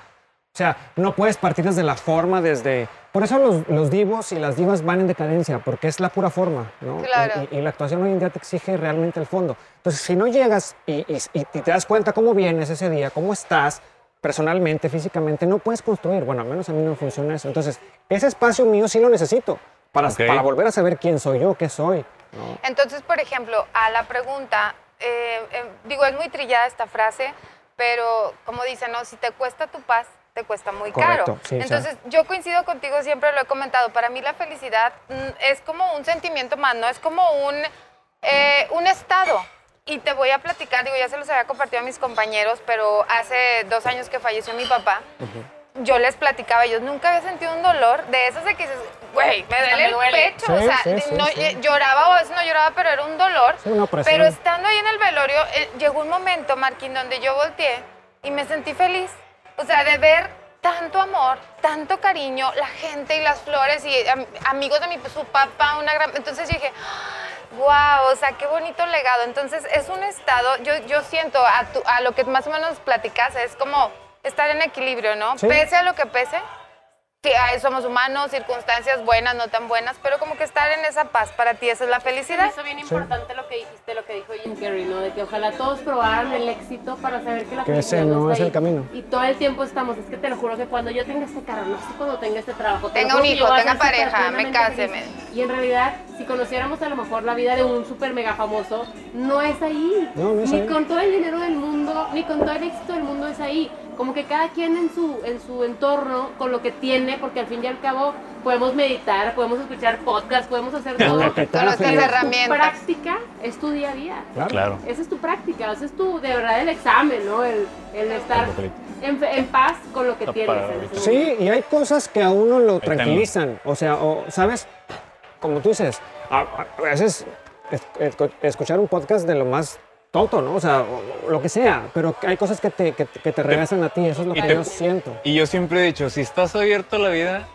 D: o sea, no puedes partir desde la forma, desde... Por eso los, los divos y las divas van en decadencia, porque es la pura forma, ¿no? Y-
B: Claro.
D: Y, y la actuación hoy en día te exige realmente el fondo. Entonces, si no llegas y, y- y- y te das cuenta cómo vienes ese día, cómo estás personalmente, físicamente, no puedes construir. Bueno, al menos a mí no funciona eso. Entonces, ese espacio mío sí lo necesito para,
E: Ok.
D: para volver a saber quién soy yo, qué soy.
B: Entonces, por ejemplo, a la pregunta, eh, eh, digo, es muy trillada esta frase, pero como dicen, no, si te cuesta tu paz, te cuesta muy caro.
D: Correcto, sí, o sea.
B: Entonces, yo coincido contigo, siempre lo he comentado, para mí la felicidad mm, es como un sentimiento más, no es como un, eh, un estado. Y te voy a platicar, digo, ya se los había compartido a mis compañeros, pero hace dos años que falleció mi papá, yo les platicaba, yo nunca había sentido un dolor de esos de que dices, güey, me duele
F: me
B: el
F: duele".
B: pecho, o
D: Sí,
B: sea,
D: sí, sí,
B: no- eh,
D: sí.
B: lloraba o a veces no lloraba, pero era un dolor.
D: Sí, una opresión.
B: pero estando ahí en el velorio, eh, llegó un momento, Marquín, donde yo volteé y me sentí feliz. O sea, de ver tanto amor, tanto cariño, la gente y las flores y am- amigos de mi, su papá, una gran... Entonces yo dije, wow, o sea, qué bonito legado. Entonces es un estado, yo, yo siento a, tu- a lo que más o menos platicas, es como estar en equilibrio, ¿no?
D: Sí.
B: Pese a lo que pese, Sí, ay, somos humanos, circunstancias buenas, no tan buenas, pero como que estar en esa paz para ti, esa es la
F: Se me
B: felicidad.
F: hizo bien importante lo que dijiste, lo que dijo Jim Carrey, ¿no? De que ojalá todos probaran el éxito para saber que la
D: Que ese
F: felicidad
D: no
F: está
D: es el
F: ahí.
D: camino.
F: Y todo el tiempo estamos, es que te lo juro que cuando yo tenga este carro, no sé cuando tenga este trabajo. te lo
B: Tenga
F: juro
B: un
F: que
B: hijo,
F: yo voy a
B: tenga
F: ser súper
B: pareja, me
F: plenamente
B: case,
F: feliz. Y en realidad, si conociéramos a lo mejor la vida de un súper mega famoso, no es ahí.
D: No, no es
F: ni
D: ahí.
F: con todo el dinero del mundo, ni con todo el éxito del mundo es ahí. Como que cada quien en su, en su entorno, con lo que tiene, porque al fin y al cabo podemos meditar, podemos escuchar podcasts, podemos hacer todo.
D: que te
B: Con
D: haga
B: nuestras
D: feliz.
B: herramientas.
F: Tu práctica es tu día a día.
E: Claro.
F: Esa es tu práctica, ese es tu, de verdad, el examen, ¿no? El, el estar en, en paz con lo que
E: Está
F: tienes.
E: parado.
F: en ese momento.
D: Sí, y hay cosas que a uno lo
E: también.
D: tranquilizan. O sea, o, ¿sabes? Como tú dices, a, a veces es- escu- escuchar un podcast de lo más tonto, ¿no? O sea, o- o lo que sea, pero hay cosas que te, que, que te regresan a ti, eso es lo
E: y
D: que
E: te-
D: yo siento.
E: Y yo siempre he dicho, si estás abierto a la vida,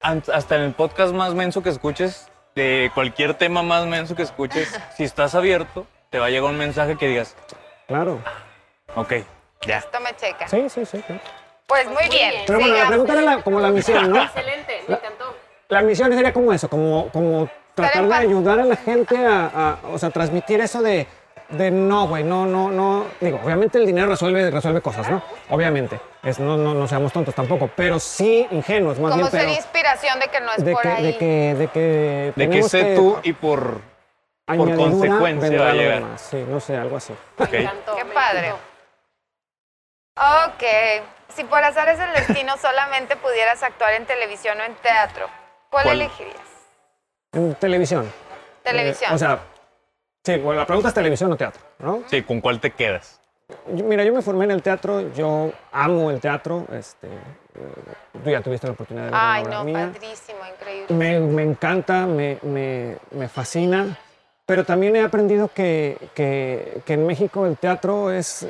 E: an- hasta en el podcast más menso que escuches, de cualquier tema más menso que escuches, si estás abierto, te va a llegar un mensaje que digas,
D: Claro.
E: ok, ya.
B: Esto me checa.
D: Sí, sí, sí. claro.
B: Pues muy bien.
D: Pero bueno, la
B: sigamos.
D: pregunta era la- como la misión, ¿no?
F: Excelente, me encantó.
D: La misión sería como eso, como, como tratar
B: en
D: de
B: paz.
D: ayudar a la gente a, a, o sea, transmitir eso de, de no, güey, no, no, no. Digo, obviamente el dinero resuelve, resuelve cosas, ¿no? Obviamente. Es, no, no, no seamos tontos tampoco, pero sí ingenuos, más
B: Como
D: bien.
B: ser
D: Pero
B: inspiración de que no es
D: de,
B: por
D: que,
B: ahí.
D: de que, de que.
E: De que
D: tenemos
E: sé tú y por...
D: añadidura
E: consecuencia
D: vendrá
E: va a
D: lo
E: llegar.
D: demás. Sí, no sé, algo así.
E: ok.
F: Me encantó.
B: Qué
F: me
B: padre.
F: encantó.
B: Ok. Si por azar es el destino, solamente pudieras actuar en televisión o en teatro, ¿cuál,
E: ¿Cuál?
B: elegirías?
D: En televisión.
B: Televisión.
D: Eh, o sea, sí, bueno, la pregunta es televisión o teatro, ¿no?
E: Sí, ¿con cuál te quedas?
D: Yo- Mira, yo me formé en el teatro, yo amo el teatro. Este, eh, tú ya tuviste la oportunidad de ver
B: Ay,
D: una obra
B: no,
D: mía.
B: padrísimo, increíble.
D: Me, me encanta, me, me- me fascina, pero también he aprendido que, que- que en México el teatro es,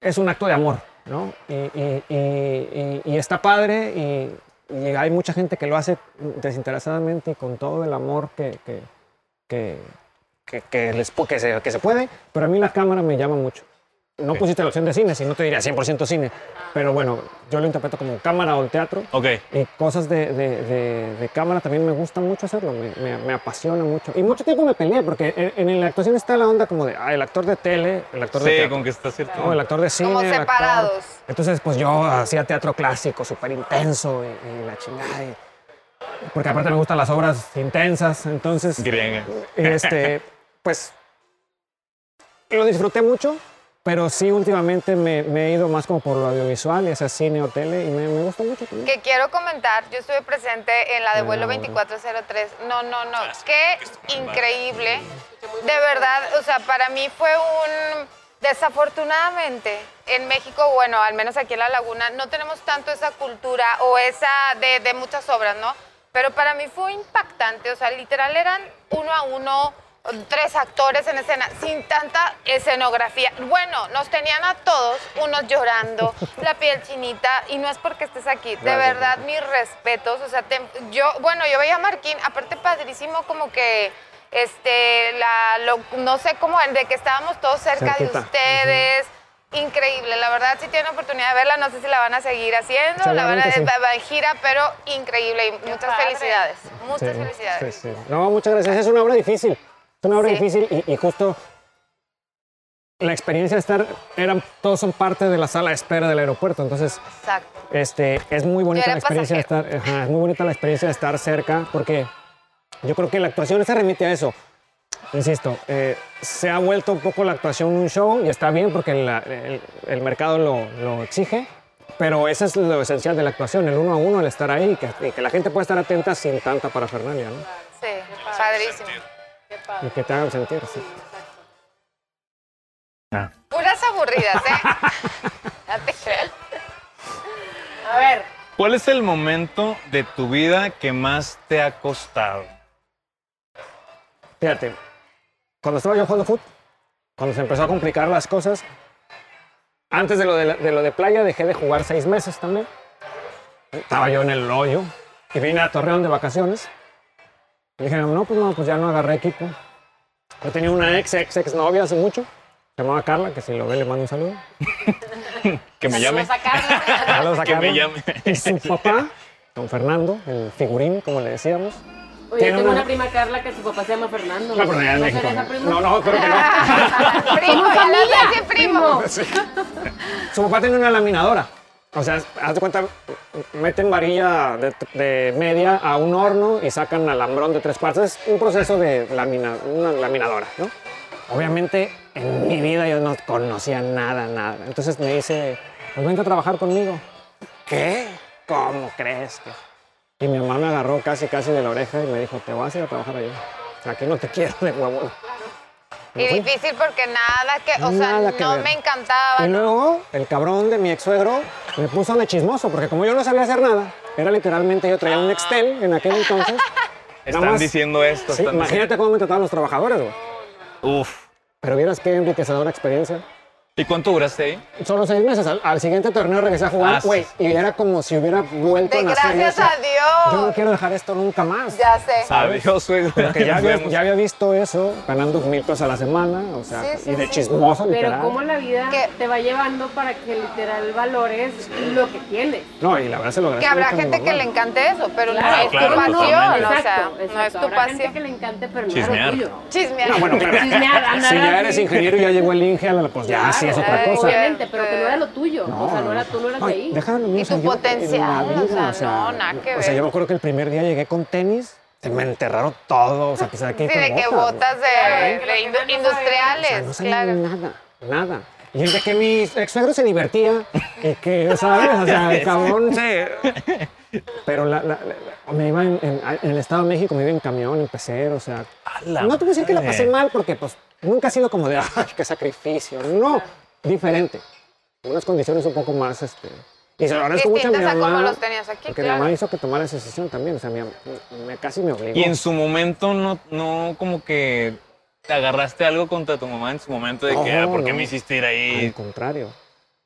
D: es un acto de amor, ¿no? Y, y- y- y- y está padre y, y hay mucha gente que lo hace desinteresadamente y con todo el amor que, que, que- que- que les, pu- que, se, que se puede, pero a mí la cámara me llama mucho. No pusiste la opción de cine, si no te diría 100% cine, pero bueno, yo lo interpreto como cámara o el teatro.
E: Ok,
D: Eh, cosas de, de- de- de cámara también me gusta mucho hacerlo, me, me- me apasiona mucho. Y mucho tiempo me peleé, porque en, en la actuación está la onda como de, ah, el actor de tele, el actor de
E: sí,
D: teatro,
E: con que estás cierto.
D: ¿no? el actor de cine.
B: Como
D: el actor-
B: separados.
D: Entonces, pues yo hacía teatro clásico, súper intenso, y, y la chingada. y- porque aparte me gustan las obras intensas, entonces...
E: Griega.
D: Este, pues lo disfruté mucho, Pero sí, últimamente me, me he ido más como por lo audiovisual, ya sea cine o tele, y me, me gusta mucho también.
B: Que quiero comentar, yo estuve presente en la de
D: Ah,
B: vuelo
D: bueno.
B: 2403. No, no, no.
E: Ah, sí,
B: Qué
E: que estuvo en
B: increíble. De verdad, o sea, para mí fue un... Desafortunadamente, en México, bueno, al menos aquí en La Laguna, no tenemos tanto esa cultura o esa de, de muchas obras, ¿no? Pero para mí fue impactante, o sea, literal eran uno a uno, tres actores en escena, sin tanta escenografía. Bueno, nos tenían a todos, unos llorando, la piel chinita, y no es porque estés aquí, de
D: Gracias,
B: verdad, mis respetos. O sea, te- yo, bueno, yo veía a Marquín, aparte padrísimo, como que, este, la, lo- no sé cómo, de que estábamos todos cerca
D: Cerquita,
B: de ustedes. Increíble, la verdad, si tienen oportunidad de verla, no sé si la van a seguir haciendo, la van a,
D: Seguramente sí.
B: va- va en gira, pero increíble y muchas
F: padre.
B: felicidades. Muchas
D: Sí,
B: felicidades.
D: sí, sí. No, muchas gracias. Es una obra difícil. Es una obra
B: Sí.
D: difícil y, y justo la experiencia de estar, eran, todos son parte de la sala de espera del aeropuerto, entonces
B: Exacto.
D: este, es muy bonita
B: era
D: la experiencia de estar, ajá, es muy bonita la experiencia de estar cerca, porque yo creo que la actuación se remite a eso. Insisto, eh, se ha vuelto un poco la actuación un show y está bien porque la- el, el mercado lo, lo exige, pero eso es lo esencial de la actuación, el uno a uno, el estar ahí, que, y que la gente pueda estar atenta sin tanta parafernalia, ¿no?
B: Sí, padrísimo.
D: Y que te hagan sentir, sí.
E: Ah.
B: Puras aburridas, ¿eh? No te creas.
F: A ver,
E: ¿Cuál es el momento de tu vida que más te ha costado?
D: Fíjate, cuando estaba yo jugando fútbol, cuando se empezó a complicar las cosas, antes de lo de, la- de lo de playa dejé de jugar seis meses también. Estaba yo en el hoyo y vine a Torreón de vacaciones. Y dije, no, pues no, pues ya no agarré equipo. Yo tenía una ex, ex, ex novia hace mucho, se llamaba Carla, que si lo ve le mando un saludo.
E: Que
D: Pues
E: me llame.
F: vamos a Carla.
D: Saludos a
E: Que
D: Carla.
E: me llame.
D: Y su papá, don Fernando, el figurín, como le decíamos.
F: Oye,
D: Tiene
F: tengo
D: una-
F: una... prima Carla que su papá se llama Fernando.
D: No, pero ya en
F: ¿No
D: México,
F: será esa prima?
D: No, no, creo que no.
B: Primo, ya no sé si primo.
D: Su papá tiene una laminadora. O sea, haz de cuenta, meten varilla de, de media a un horno y sacan alambrón de tres partes. Es un proceso de lamina, una laminadora, ¿no? Obviamente, en mi vida yo no conocía nada, nada. Entonces me dice, pues vente a trabajar conmigo. ¿Qué? ¿Cómo crees que...? Y mi mamá me agarró casi, casi de la oreja y me dijo, te vas a ir a trabajar allá. O sea, aquí no te quiero de huevón. Me
B: Y
D: fui.
B: difícil porque nada que, o
D: Nada
B: sea,
D: que
B: no
D: ver.
B: me encantaba.
D: Y luego el cabrón de mi ex suegro me puso de chismoso, porque como yo no sabía hacer nada, era literalmente yo
B: Ah.
D: traía un Nextel en aquel entonces. Nada
E: Están
D: más-
E: diciendo esto.
D: Sí,
E: están
D: imagínate cómo me trataban los trabajadores, güey.
E: diciendo- Uf.
D: Pero vieras qué enriquecedora experiencia.
E: ¿Y cuánto duraste ahí?
D: Solo seis meses. Al, al siguiente torneo regresé a
E: Ah,
D: jugar,
E: sí,
D: güey.
E: sí.
D: Y era como si hubiera vuelto
B: De
D: a nacer. Yo
B: gracias a
D: decía, Yo no
B: Dios.
D: quiero dejar esto nunca más.
B: Ya sé.
E: Adiós, güey.
D: Porque ya
E: Nos
D: había,
E: vemos.
D: ya había visto eso, ganando mil pesos a la semana, o sea,
B: Sí, sí,
D: y de
B: sí.
D: chismoso,
F: Pero
D: literal.
F: cómo la vida
B: Que-
F: te va llevando para que literal valores lo que tienes.
D: No, y la verdad se lo
B: Que
D: agradezco
B: habrá
D: mucho a mi
B: gente que
D: mamá.
B: le encante eso, pero no
E: Claro,
B: es tu
E: claro,
B: pasión,
E: totalmente.
B: o sea,
F: Exacto,
B: no es
F: exacto.
B: tu
F: Habrá gente
B: pasión.
F: que le encante, pero
E: Chismear.
F: no es lo tuyo.
B: Chismear.
D: No, bueno, claro.
F: Chismear, andar
D: si ya
F: así.
D: eres ingeniero y ya llegó el Inge, pues ya sí es otra
B: claro,
D: cosa.
F: Obviamente, pero que no era lo tuyo. o sea, no era tú, no eras de ahí.
D: Déjalo, mira,
B: Y
D: o sea,
B: tu
D: yo-
B: potencial,
D: en la vida,
B: o sea, no, nada que
D: O sea,
B: ver.
D: yo me acuerdo que el primer día llegué con tenis, se me enterraron todo, o sea, quizá
B: Sí,
D: que
B: de que botas de,
F: ¿eh?
B: de indu-
D: no
B: industriales,
D: sabía
B: claro.
D: nada, nada. Y el de que mi ex suegro se divertía, y que, ¿sabes? O sea, el cabrón se... Pero la, la- la- me iba en, en- en el Estado de México, me iba en camión, en pecero, o sea...
E: A la
D: no te voy a decir que la pasé
E: madre.
D: mal, porque pues nunca ha sido como de, ay, qué sacrificio. No, diferente. Unas condiciones un poco más, este... Y se lo agradezco mucho a mi
B: Distintas a como
D: mamá,
B: los tenías aquí,
D: porque mi
B: claro.
D: mamá hizo que tomara esa decisión también, o sea, mi am- me, me- casi me obligó.
E: Y en su momento no, no como que te agarraste algo contra tu mamá en su momento de que,
D: No,
E: ah, ¿por qué
D: no.
E: me hiciste ir
D: Al
E: ahí?
D: contrario.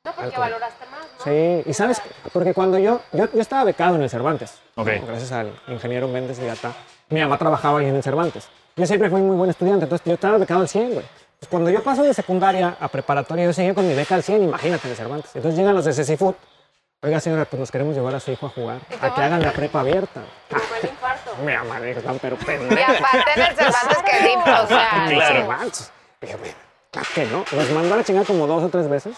F: No, porque
D: Algo.
F: valoraste más, ¿no?
D: Sí, y sabes, porque cuando yo, yo, yo estaba becado en el Cervantes,
E: Ok.
D: gracias al ingeniero Méndez de Gata, mi mamá trabajaba ahí en el Cervantes. Yo siempre fui muy buen estudiante, entonces yo estaba becado al 100, güey. Pues cuando yo paso de secundaria a preparatoria, yo seguía con mi beca al 100, imagínate, de Cervantes. Entonces llegan los de Cecifut. Oiga, señora, pues nos queremos llevar a su hijo a jugar, a que hagan la prepa abierta. Ah,
F: Fue el infarto.
D: Mi mamá dijo, no, pero pendejo.
B: Y aparte en el Cervantes que limpio, o sea,
E: Claro.
D: Claro. claro que no. Los mandó a la chingada como dos o tres veces.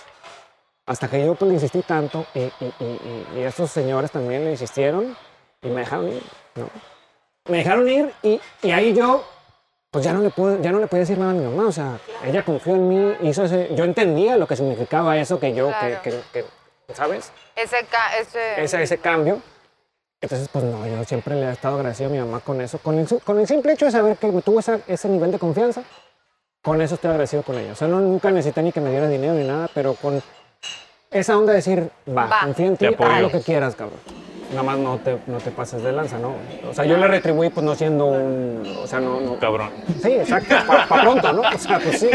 D: Hasta que yo pues, le insistí tanto y, y- y- y- y estos señores también le insistieron y me dejaron ir. ¿no? Me dejaron ir y, y ahí yo pues ya no le puedo, ya no le podía decir nada a mi mamá. O sea, ella confió en mí, hizo ese. Yo entendía lo que significaba eso que yo, que-
B: Claro.
D: que, que- ¿sabes?
B: Ese, ca- ese-
D: Ese, ese cambio. Entonces, pues no, yo siempre le he estado agradecido a mi mamá con eso. Con el, su- con el simple hecho de saber que tuvo esa- ese nivel de confianza, con eso estoy agradecido con ella. O sea, no, nunca necesité ni que me diera dinero ni nada, pero con esa onda de decir, va,
B: Va.
D: confía en ti,
E: Te apoyo.
D: haz lo que quieras, cabrón. Nada más no te, no te pases de lanza, ¿no? O sea, yo le retribuí, pues no siendo un. O sea, no. no
E: Cabrón.
D: Sí, exacto, para pronto, ¿no? O sea, pues sí.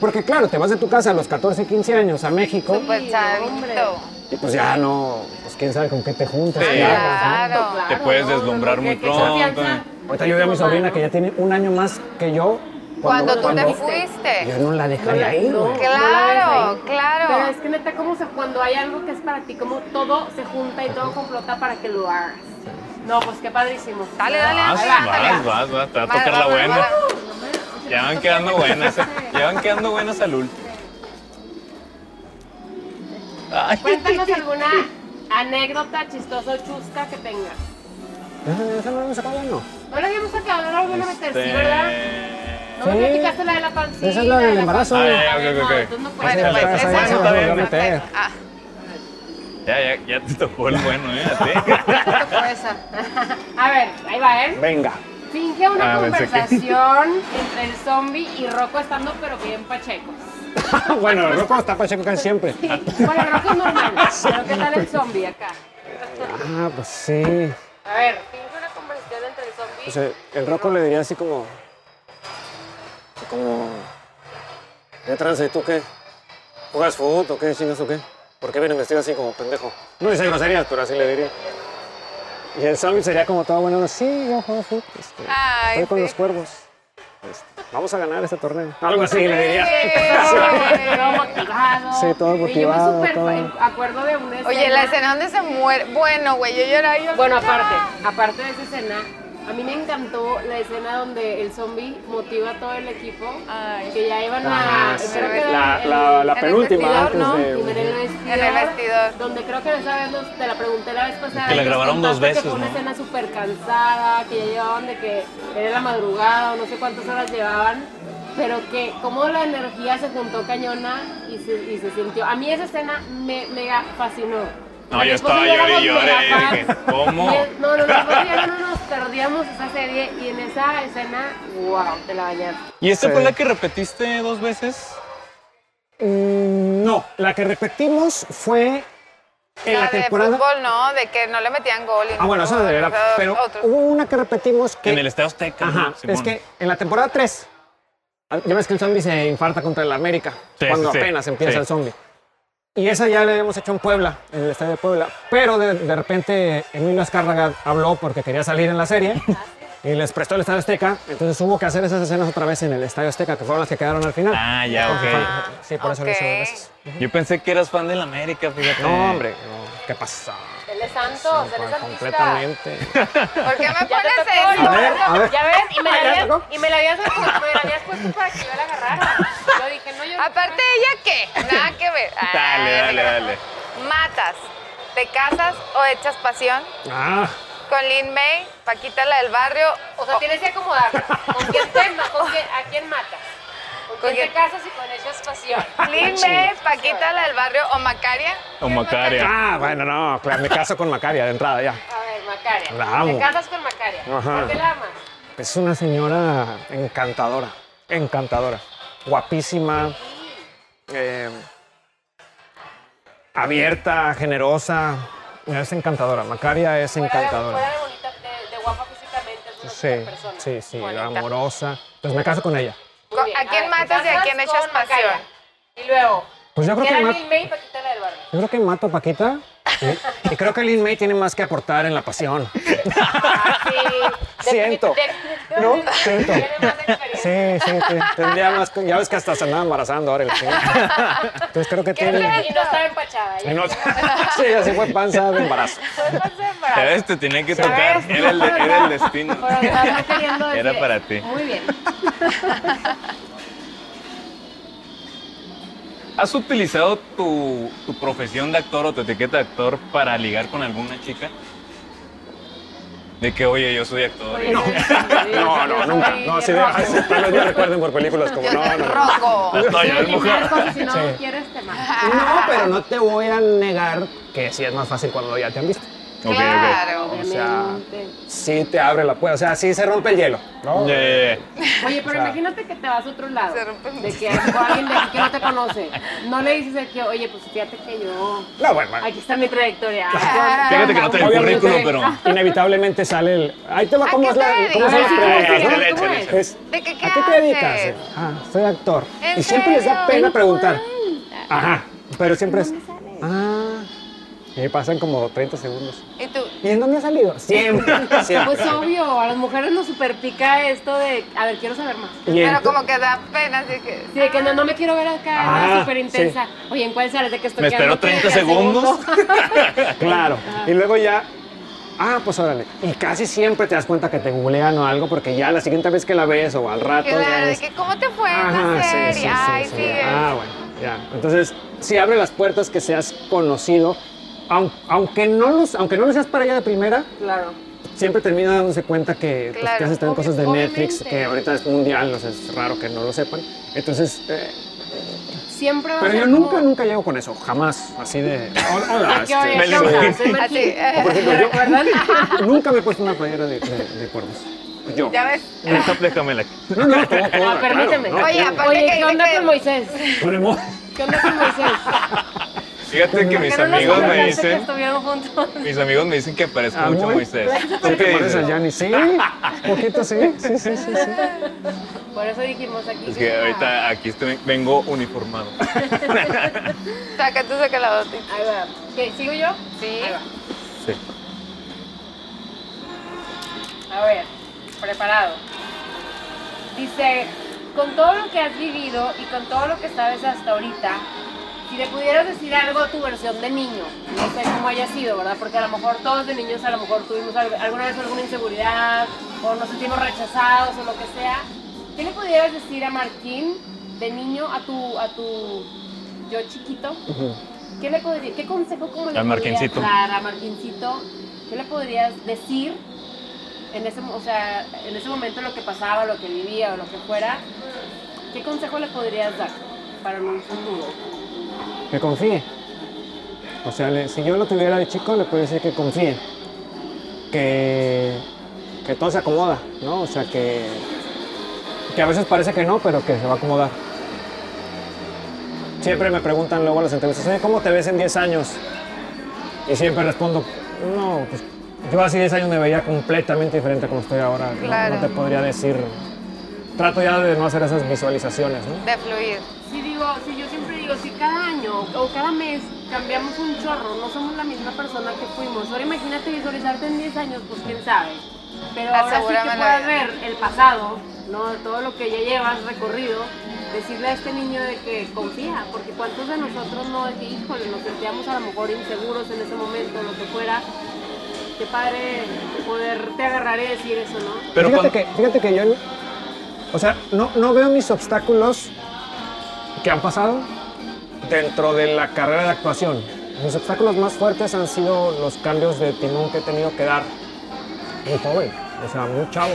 D: Porque claro, te vas de tu casa a los 14, 15 años a México
B: Pues
F: Sí, hombre.
B: chavito.
D: y pues ya no, pues quién sabe con qué te juntas.
E: Sí.
D: ¿no?
B: Claro.
E: Te puedes deslumbrar muy pronto,
D: Ahorita yo veo a mi sobrina que ya tiene un año más que yo.
B: Cuando tú te
D: cuando- Yo
B: fuiste.
D: no la dejaría ahí,
F: No,
D: güey.
F: no la
B: Claro,
F: ves ahí. Pero es
B: claro.
F: que neta, como se- cuando hay algo que es para ti, como todo se junta y todo complota para que lo hagas. No, pues qué padrísimo.
B: Dale, dale,
E: Vas,
B: ahí va, dale.
E: vas, vas, vas, te Ah, va a
B: Va,
E: tocar
B: va,
E: la
B: va,
E: buena.
B: va.
E: Ya van quedando buenas, eh. ya van quedando buenas al último. Ay,
F: Cuéntanos alguna anécdota chistosa o chusca que tengas.
D: Esa- esa no la hemos sacado, ¿no?
F: No la habíamos acabado alguna vez, sí,
E: este-
F: ¿verdad? No me
D: Sí.
F: platicaste la de la pancita.
D: Esa es la del embarazo.
E: Ah,
D: güey.
E: ya, ya, ok, ok, ok.
F: entonces no puedes.
B: Bueno, pues
D: Esa-
B: esa
D: esa- esa
B: no.
D: no la voy a
B: Ok.
D: meter.
B: Ah,
E: Ya, ya, ya te tocó el bueno, ¿eh? A ti.
B: te tocó esa.
F: A ver, ahí va, ¿eh?
D: Venga.
F: Finge una
E: Ah, pensé que-
F: conversación entre el zombie y Rocco estando, pero bien pachecos.
D: bueno, el rojo está pacheco casi siempre.
F: Sí, Ah. bueno, Rocco es normal, pero ¿qué tal el zombie acá?
D: Ah, pues sí.
F: A ver, finge una conversación entre el zombie.
D: O sea, el roco le diría así como. Como. ¿Qué trance? ¿Tú qué? ¿Juegas fútbol o qué chingas o qué? ¿Por qué vienes vestido así como pendejo? No dice groserías, pero así le diría. Y el zombie sería como todo bueno. Sí, yo juego fútbol. este,
B: Ay,
D: estoy con
B: sí.
D: los cuervos. este, vamos a ganar este torneo. Algo así le diría. Ah,
F: Todo motivado.
D: Sí, todo
F: Oye, yo me
D: motivado,
F: súper
D: todo.
F: acuerdo de una escena.
B: Oye, la escena donde se muere. Bueno, güey, yo lloraba yo.
F: Bueno, aparte, aparte de esa escena, a mí me encantó la escena donde el zombie motiva a todo el equipo.
B: Ay.
F: Que ya iban
D: Ah,
F: a.
D: sí,
F: creo que era
D: La,
F: el-
D: la- la
B: el
D: penúltima
B: vestidor,
D: antes
B: ¿no?
D: de.
F: Y en el vestidor.
B: En el vestidor.
F: Donde creo que esa vez nos- te la pregunté la vez pasada.
E: Que la
F: y nos
E: grabaron dos
F: contaste que
E: veces,
F: Fue una
E: ¿no?
F: escena súper cansada, que ya llevaban de que era la madrugada o no sé cuántas horas llevaban. Pero que como la energía se juntó cañona y se, y se sintió. A mí esa escena me mega fascinó.
E: No,
F: A mi
E: yo
F: esposo
E: estaba
F: y yo
E: llore y
F: éramos
E: llore,
F: mega
E: y dije,
F: fans.
E: ¿cómo?
F: Me- No, no, no, nosotros ya no nos perdíamos esa serie y en esa escena, wow, te la bañaste.
E: ¿Y esta
D: Sí.
E: fue la que repetiste dos veces?
D: Mm, No, la que repetimos fue en la,
B: La de
D: temporada.
B: fútbol, ¿no? De que no le metían gol. y
D: Ah, bueno, eso
B: no,
D: era.
B: o sea,
D: Pero
B: otros.
D: hubo una que repetimos que.
E: En el Estadio Azteca.
D: Ajá,
E: ¿no,
D: es
E: Simón?
D: que en la temporada 3, ya ves que el zombie se infarta contra el América,
E: Sí,
D: cuando
E: sí, sí.
D: apenas empieza
E: Sí.
D: el zombie. Y esa ya la habíamos hecho en Puebla, en el estadio de Puebla. Pero de, de repente Emilio Azcárraga habló porque quería salir en la serie y les prestó el Estadio Azteca. Entonces hubo que hacer esas escenas otra vez en el Estadio Azteca, que fueron las que quedaron al final.
E: Ah, ya, ok.
B: Ah,
D: sí, por eso lo hice dos
B: ok.
D: veces.
E: Yo pensé que eras fan del América, fíjate.
D: No, hombre, no, ¿qué pasa?
F: Él es santo, él es santista.
D: completamente.
B: ¿Por qué me
F: Ya
B: pones
F: te tocó,
B: eso?
F: ¿no?
D: A ver, a ver.
F: Ya ves, y me la
D: Ah, ya
F: habías,
D: tocó.
F: y me la habías, me la habías puesto para que yo la agarrara. Yo dije, no, yo
B: Aparte, ¿ella qué? Nada que ver. Ah,
E: Dale, dale, dale.
B: ¿Matas? ¿Te casas o echas pasión?
D: Ah,
B: Con Lin May, Paquita la del barrio.
F: O sea, tienes que acomodar. ¿Con quién te ma- con quién- ¿A quién matas? ¿Con
B: ¿Con
F: quién te
B: quién?
F: casas y con ella es pasión?
D: Ah,
B: Lin May, Paquita la del barrio o Macaria.
E: O Macaria.
D: ah, bueno, no, claro, me caso con Macaria de entrada ya.
F: A ver, Macaria.
D: La amo.
F: Te casas con Macaria.
D: Ajá.
F: ¿Por qué la amas?
D: Es una señora encantadora, encantadora, guapísima, eh, abierta, generosa. Es encantadora, Macaria es
F: Fuera de, fuera
D: encantadora.
F: de bonita, de, de guapa físicamente, es una
D: Sí,
F: super persona.
D: sí, sí,
B: Bonita.
D: amorosa. Pues me caso con ella.
F: Muy bien.
B: ¿A quién
F: ver, te
B: matas y a
F: casas
B: quién echas
F: con Macaria.
B: pasión?
F: Y luego,
D: Pues yo creo que,
F: queda
D: ma-
F: Lil May y Paquita la del barrio.
D: yo creo que mato a Paquita. Y, y creo que Lin May tiene más que aportar en la pasión. Ah,
F: Ah, Sí.
D: Siento.
F: Definitivamente.
D: No, siento.
F: Tiene más experiencia.
D: Sí, sí, sí. Tendría más. Ya ves que hasta se andaba embarazando ahora el chingado. Entonces creo que
F: Y no-
D: tiene.
F: Y no estaba empachada.
D: y no- sí, así fue panza de embarazo.
E: ¿Sabes? Te este, tenía que
F: Ya
E: tocar.
F: ves,
E: Era el,
F: por
E: era el
F: andar-
E: destino.
F: por andar no queriendo
E: Era
F: decir-
E: para ti.
F: Muy bien.
E: ¿Has utilizado tu, tu profesión de actor o tu etiqueta de actor para ligar con alguna chica? De que, oye, yo soy actor.
F: Oye,
E: No,
F: sí,
D: No, no,
F: sí,
D: nunca.
F: sí,
D: No, así de.
F: rojo.
D: ay, sí, tal vez me recuerden por películas como.
B: Yo
D: No,
B: soy
D: no, no.
B: roco.
E: no,
F: Sí,
E: yo soy mujer.
F: eliminar cosas, si no
D: Sí.
F: quieres te mato.
D: No, pero no te voy a negar que sí es más fácil cuando ya te han visto.
E: Ok, ok.
B: claro.
D: O sea,
F: Obviamente.
D: sí te abre la puerta. O sea, sí se rompe el hielo. ¿no?
E: Ya, ya, ya.
F: Oye, pero
D: sea,
F: imagínate que te vas a otro lado.
B: se rompe
F: De que hay alguien de aquí que no te conoce. No le dices de que, oye, pues fíjate que yo.
D: No, bueno, bueno.
F: Aquí está mi trayectoria. Ah,
E: Fíjate que no te el
D: Obviamente.
E: currículum, pero.
D: Inevitablemente sale el. Ahí te va
B: ¿A
D: cómo
B: qué
D: es la-
B: te
D: cómo son las
B: dedicas?
D: preguntas. ¿no?
E: Échale, échale, échale.
D: Es,
B: ¿De qué, qué
D: ¿A qué te dedicas?
B: haces?
D: Ah, soy actor.
B: ¿En
D: Y siempre les
B: serio?
D: da pena preguntar. Ajá, pero siempre es. Ah, y me pasan como 30 segundos.
B: ¿Y tú?
D: ¿Y en dónde ha salido? Siempre, siempre.
F: Pues obvio, a las mujeres nos superpica esto de, a ver, quiero saber más.
D: Y
B: Pero
D: ento-
B: como que da pena, así que...
F: Sí, de que no, no me quiero ver acá,
D: Ah,
F: súper intensa. Oye, ¿en cuál sales de que estoy
E: Me espero
F: quedando
E: 30
F: 30
E: segundos.
D: Claro. Y luego ya. Ah, pues órale. Y casi siempre te das cuenta que te googlean o algo porque ya la siguiente vez que la ves o al rato.
B: Claro,
D: ya
B: de
D: es-
B: que ¿cómo te fue en
D: Ajá,
B: la
D: sí,
B: serie?
D: sí, sí,
B: Ay, eh.
D: sí,
B: sigue.
D: ya. Ah, bueno, ya. Entonces, sí abre las puertas que seas conocido. aun- Aunque no, los, aunque no lo seas para allá de primera,
F: Claro.
D: siempre termina dándose cuenta que, pues,
B: Claro,
D: que haces también
B: obvi-
D: cosas de Netflix,
B: obviamente.
D: que ahorita es mundial, no sé, es raro que no lo sepan. Entonces, eh,
F: Siempre va a
D: pero
F: ser
D: yo nunca,
F: como-
D: nunca llego con eso, jamás, así de... "Hola, hola,
F: ¿Qué hora
D: este,
E: Me
F: es?
E: lo
F: ¿Qué onda?
E: imagino.
F: Soy Martín.
B: Así, eh.
D: Por ejemplo,
F: ¿Me
D: yo-
F: recuerdan?
D: Nunca me he puesto una playera de, de, de cuervos. Yo.
B: ¿Ya ves?
E: Deja- Déjamela aquí.
D: No, no, todo, todo,
F: Ah, permíteme.
D: claro, no,
B: Oye,
D: todo.
B: aparte
F: Oye,
B: que
F: ¿qué
B: dice
F: onda
B: que-
F: con Moisés?
D: Pero mo-
F: ¿Qué onda con Moisés?
E: Fíjate que mis
F: ¿Por qué no nos
E: amigos me
F: contaste que
E: dicen.
F: estuvieron juntos?
E: Mis amigos me dicen que parezco
D: Ah,
E: mucho a
D: muy-
E: Moisés.
D: ¿Tú
E: ¿Tú qué
D: pareces a
E: dices?
D: Gianni? Sí, poquito sí, sí, sí, sí. sí.
F: Por eso dijimos aquí.
E: Es que ahorita aquí estoy- vengo uniformado.
B: Saca tú, saca la otra.
F: Ahí va. ¿Qué, ¿Sigo yo?
B: Sí.
F: Ahí va.
E: Sí.
F: A ver, preparado. Dice, con todo lo que has vivido y con todo lo que sabes hasta ahorita, si le pudieras decir algo a tu versión de niño, no sé cómo haya sido, ¿verdad? Porque a lo mejor todos de niños a lo mejor tuvimos al- alguna vez alguna inseguridad o nos sentimos rechazados o lo que sea. ¿Qué le pudieras decir a Martín de niño a tu a tu yo chiquito? ¿Qué le podría, qué consejo como le
E: Al Marquincito.
F: podrías dar a Marquincito? ¿Qué le podrías decir en ese, mo- o sea, en ese momento lo que pasaba, lo que vivía o lo que fuera? ¿Qué consejo le podrías dar para un futuro?
D: Que confíe. O sea, le- si yo lo tuviera de chico, le puedo decir que confíe. Que, que todo se acomoda, ¿no? O sea, que, que a veces parece que no, pero que se va a acomodar. Siempre me preguntan luego en las entrevistas, "Oye, ¿cómo te ves en 10 años? Y siempre respondo, no, pues yo hace 10 años me veía completamente diferente a como estoy ahora. No-
B: Claro.
D: no te podría decir. Trato ya de no hacer esas visualizaciones, ¿no?
B: De fluir.
F: Si digo, si yo siempre digo, si cada año o cada mes cambiamos un chorro, no somos la misma persona que fuimos. Ahora imagínate visualizarte en 10 años, pues quién sabe. Pero ahora sí
B: Asegúrame
F: que
B: la
F: puedas
B: vida.
F: ver el pasado, ¿no? Todo lo que ya llevas recorrido, decirle a este niño de que confía, porque cuántos de nosotros no, de que, híjole, nos sentíamos a lo mejor inseguros en ese momento, lo que fuera. Qué padre poderte agarrar y decir eso, ¿no?
E: Pero
D: fíjate,
E: cuando-
D: que, fíjate que yo, o sea, no, no veo mis obstáculos que han pasado dentro de la carrera de actuación. Mis obstáculos más fuertes han sido los cambios de timón que he tenido que dar muy joven, o sea, muy chavo,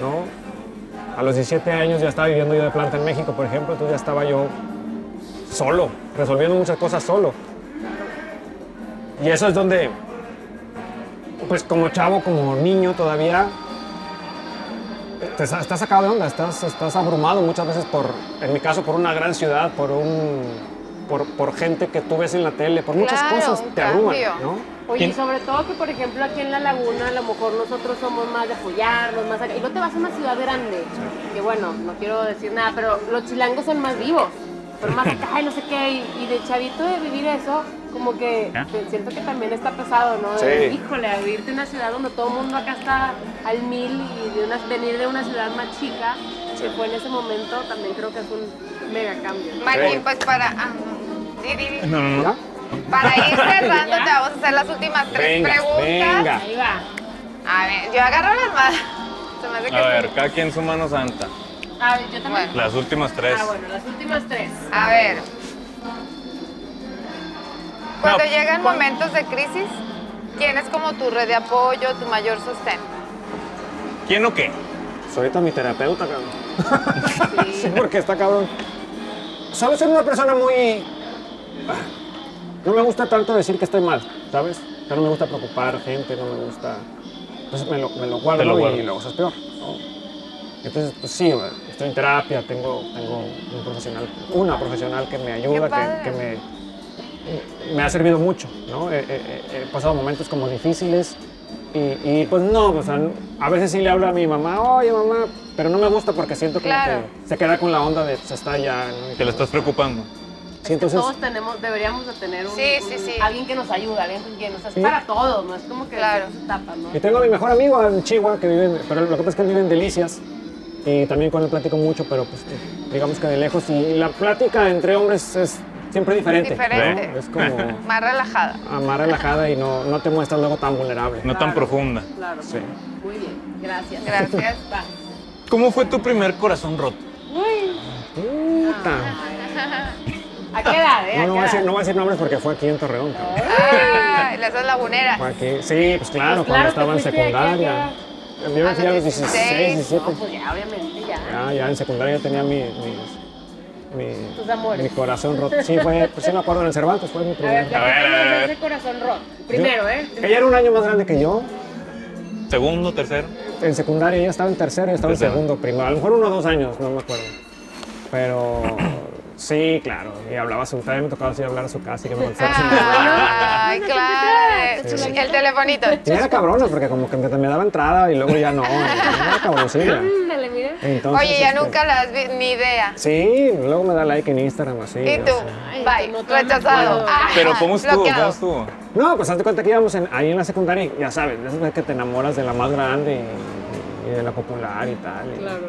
D: ¿no? A los 17 años ya estaba viviendo yo de planta en México, por ejemplo, entonces ya estaba yo solo, resolviendo muchas cosas solo. Y eso es donde, pues como chavo, como niño todavía, te sa- estás sacado de onda, estás, estás abrumado muchas veces por, en mi caso, por una gran ciudad, por un... Por, por gente que tú ves en la tele, por muchas
B: Claro,
D: cosas
B: un
D: te abruman,
B: cambio.
D: ¿no?
F: Oye, y
E: ¿Quién?
F: sobre todo que, por ejemplo, aquí en La Laguna, a lo mejor nosotros somos más de apoyarnos, más acá. Y luego te vas a una ciudad grande, que bueno, no quiero decir nada, pero los chilangos son más vivos, son más acá y no sé qué. Y, y de chavito de vivir eso, como que te- siento que también está pesado, ¿no? De, Híjole, a vivirte en una ciudad donde todo el mundo acá está al mil y de unas- venir de una ciudad más chica, que fue en ese momento, también creo que es un mega cambio.
B: Martín, pues para... ah, di, di, di.
E: No, no, no.
B: Para ir cerrando, te vamos a hacer las últimas tres
D: Venga,
B: preguntas.
D: venga.
F: Ahí va.
B: A ver, yo agarro las más. Se me hace que
E: A ver,
B: sí.
E: cada quien su mano santa.
F: A ver, Ah, yo también.
E: Las últimas tres.
F: Ah, bueno, las últimas tres.
B: A ver. Cuando
E: No.
B: llegan momentos de crisis, ¿quién es como tu red de apoyo, tu mayor sostén?
E: ¿Quién o qué?
D: Soy ahorita mi terapeuta, cabrón. Sí, porque está cabrón. Sabes, ser una persona muy. No me gusta tanto decir que estoy mal, ¿sabes? O sea, No me gusta preocupar gente, no me gusta. Entonces me lo, me lo guardo,
E: Te lo guardas.
D: y luego eso es peor. ¿no? Entonces, pues sí, estoy en terapia, tengo, tengo un profesional, una profesional que me ayuda,
B: padre.
D: que, que me me ha servido mucho, ¿no? He, he- he- he pasado momentos como difíciles y, y, pues no, o sea, a veces sí le hablo a mi mamá, oye mamá, pero no me gusta porque siento como
B: Claro.
D: que se queda con la onda de se está ya. ¿no?
E: Te lo estás preocupando.
D: Sí, entonces,
F: Todos tenemos, deberíamos de tener un,
B: Sí, sí,
F: un-
B: sí.
F: alguien que nos ayude, alguien con quien, o sea, es
D: Sí.
F: para todos, no es como que
B: Claro.
F: se tapa, ¿no?
D: y tengo a mi mejor amigo en Chihuahua que vive, en- pero lo que pasa es que él vive en Delicias y también con él platico mucho, pero pues digamos que de lejos y la plática entre hombres es siempre diferente. ¿no?
B: Diferente.
D: Es como
B: Más relajada.
D: más relajada y no, no te muestras luego tan vulnerable.
E: No tan profunda.
F: Claro.
D: Sí.
F: Muy bien, gracias.
B: Gracias.
F: Va.
E: ¿Cómo fue tu primer corazón roto?
D: Puta.
F: ¿A qué edad, eh?
D: No, no voy, a
F: ¿A qué
D: decir,
F: edad?
D: no voy a decir nombres porque fue aquí en Torreón. cabrón.
B: Ah, las dos laguneras.
D: Fue aquí. Sí, pues claro,
F: Pues claro,
D: cuando
F: te
D: estaba en
F: fuiste de aquí a
D: secundaria.
F: acá.
D: Yo me
B: A
D: fui a
B: los
D: los 16,
B: 16,
D: 17.
F: No, pues ya, obviamente, ya.
D: Ya, ya en secundaria ya tenía mi, mis, mi,
F: Tus amores.
D: mi corazón roto. Sí, fue, pues sí me acuerdo en el Cervantes, fue mi
F: A ver,
D: primer.
E: A ver, a
F: platícanos
E: ver.
F: de ese corazón roto. Primero,
D: Yo-
F: ¿eh?
D: Ella era un año más grande que yo.
E: ¿Segundo, tercero?
D: En secundaria ella estaba en tercero, yo estaba en
E: Tercero.
D: segundo, primo. A lo mejor uno o dos años, no me acuerdo. Pero sí, claro. Y hablaba su. También me tocaba así hablar a su casa y que
F: Ah,
D: me contestara su
B: Ay, claro. El telefonito.
D: Y era cabrona, porque como que me, me daba entrada y luego ya no. Era cabroncilla.
F: Dale, mira.
D: Entonces,
B: Oye, ya
D: este,
B: nunca las vi, ni idea.
D: Sí, luego me da like en Instagram, así.
B: ¿Y
D: o
B: tú?
D: sea.
B: Bye.
F: no te van a
B: Rechazado.
F: acuerdo.
B: Ah,
E: Pero ¿cómo estuvo? ¿Cómo
B: bloqueado.
E: estuvo?
D: No, pues hazte cuenta que íbamos en- ahí en la secundaria, y ya sabes, de esas veces que te enamoras de la más grande y, y de la popular y tal. y-
F: Claro.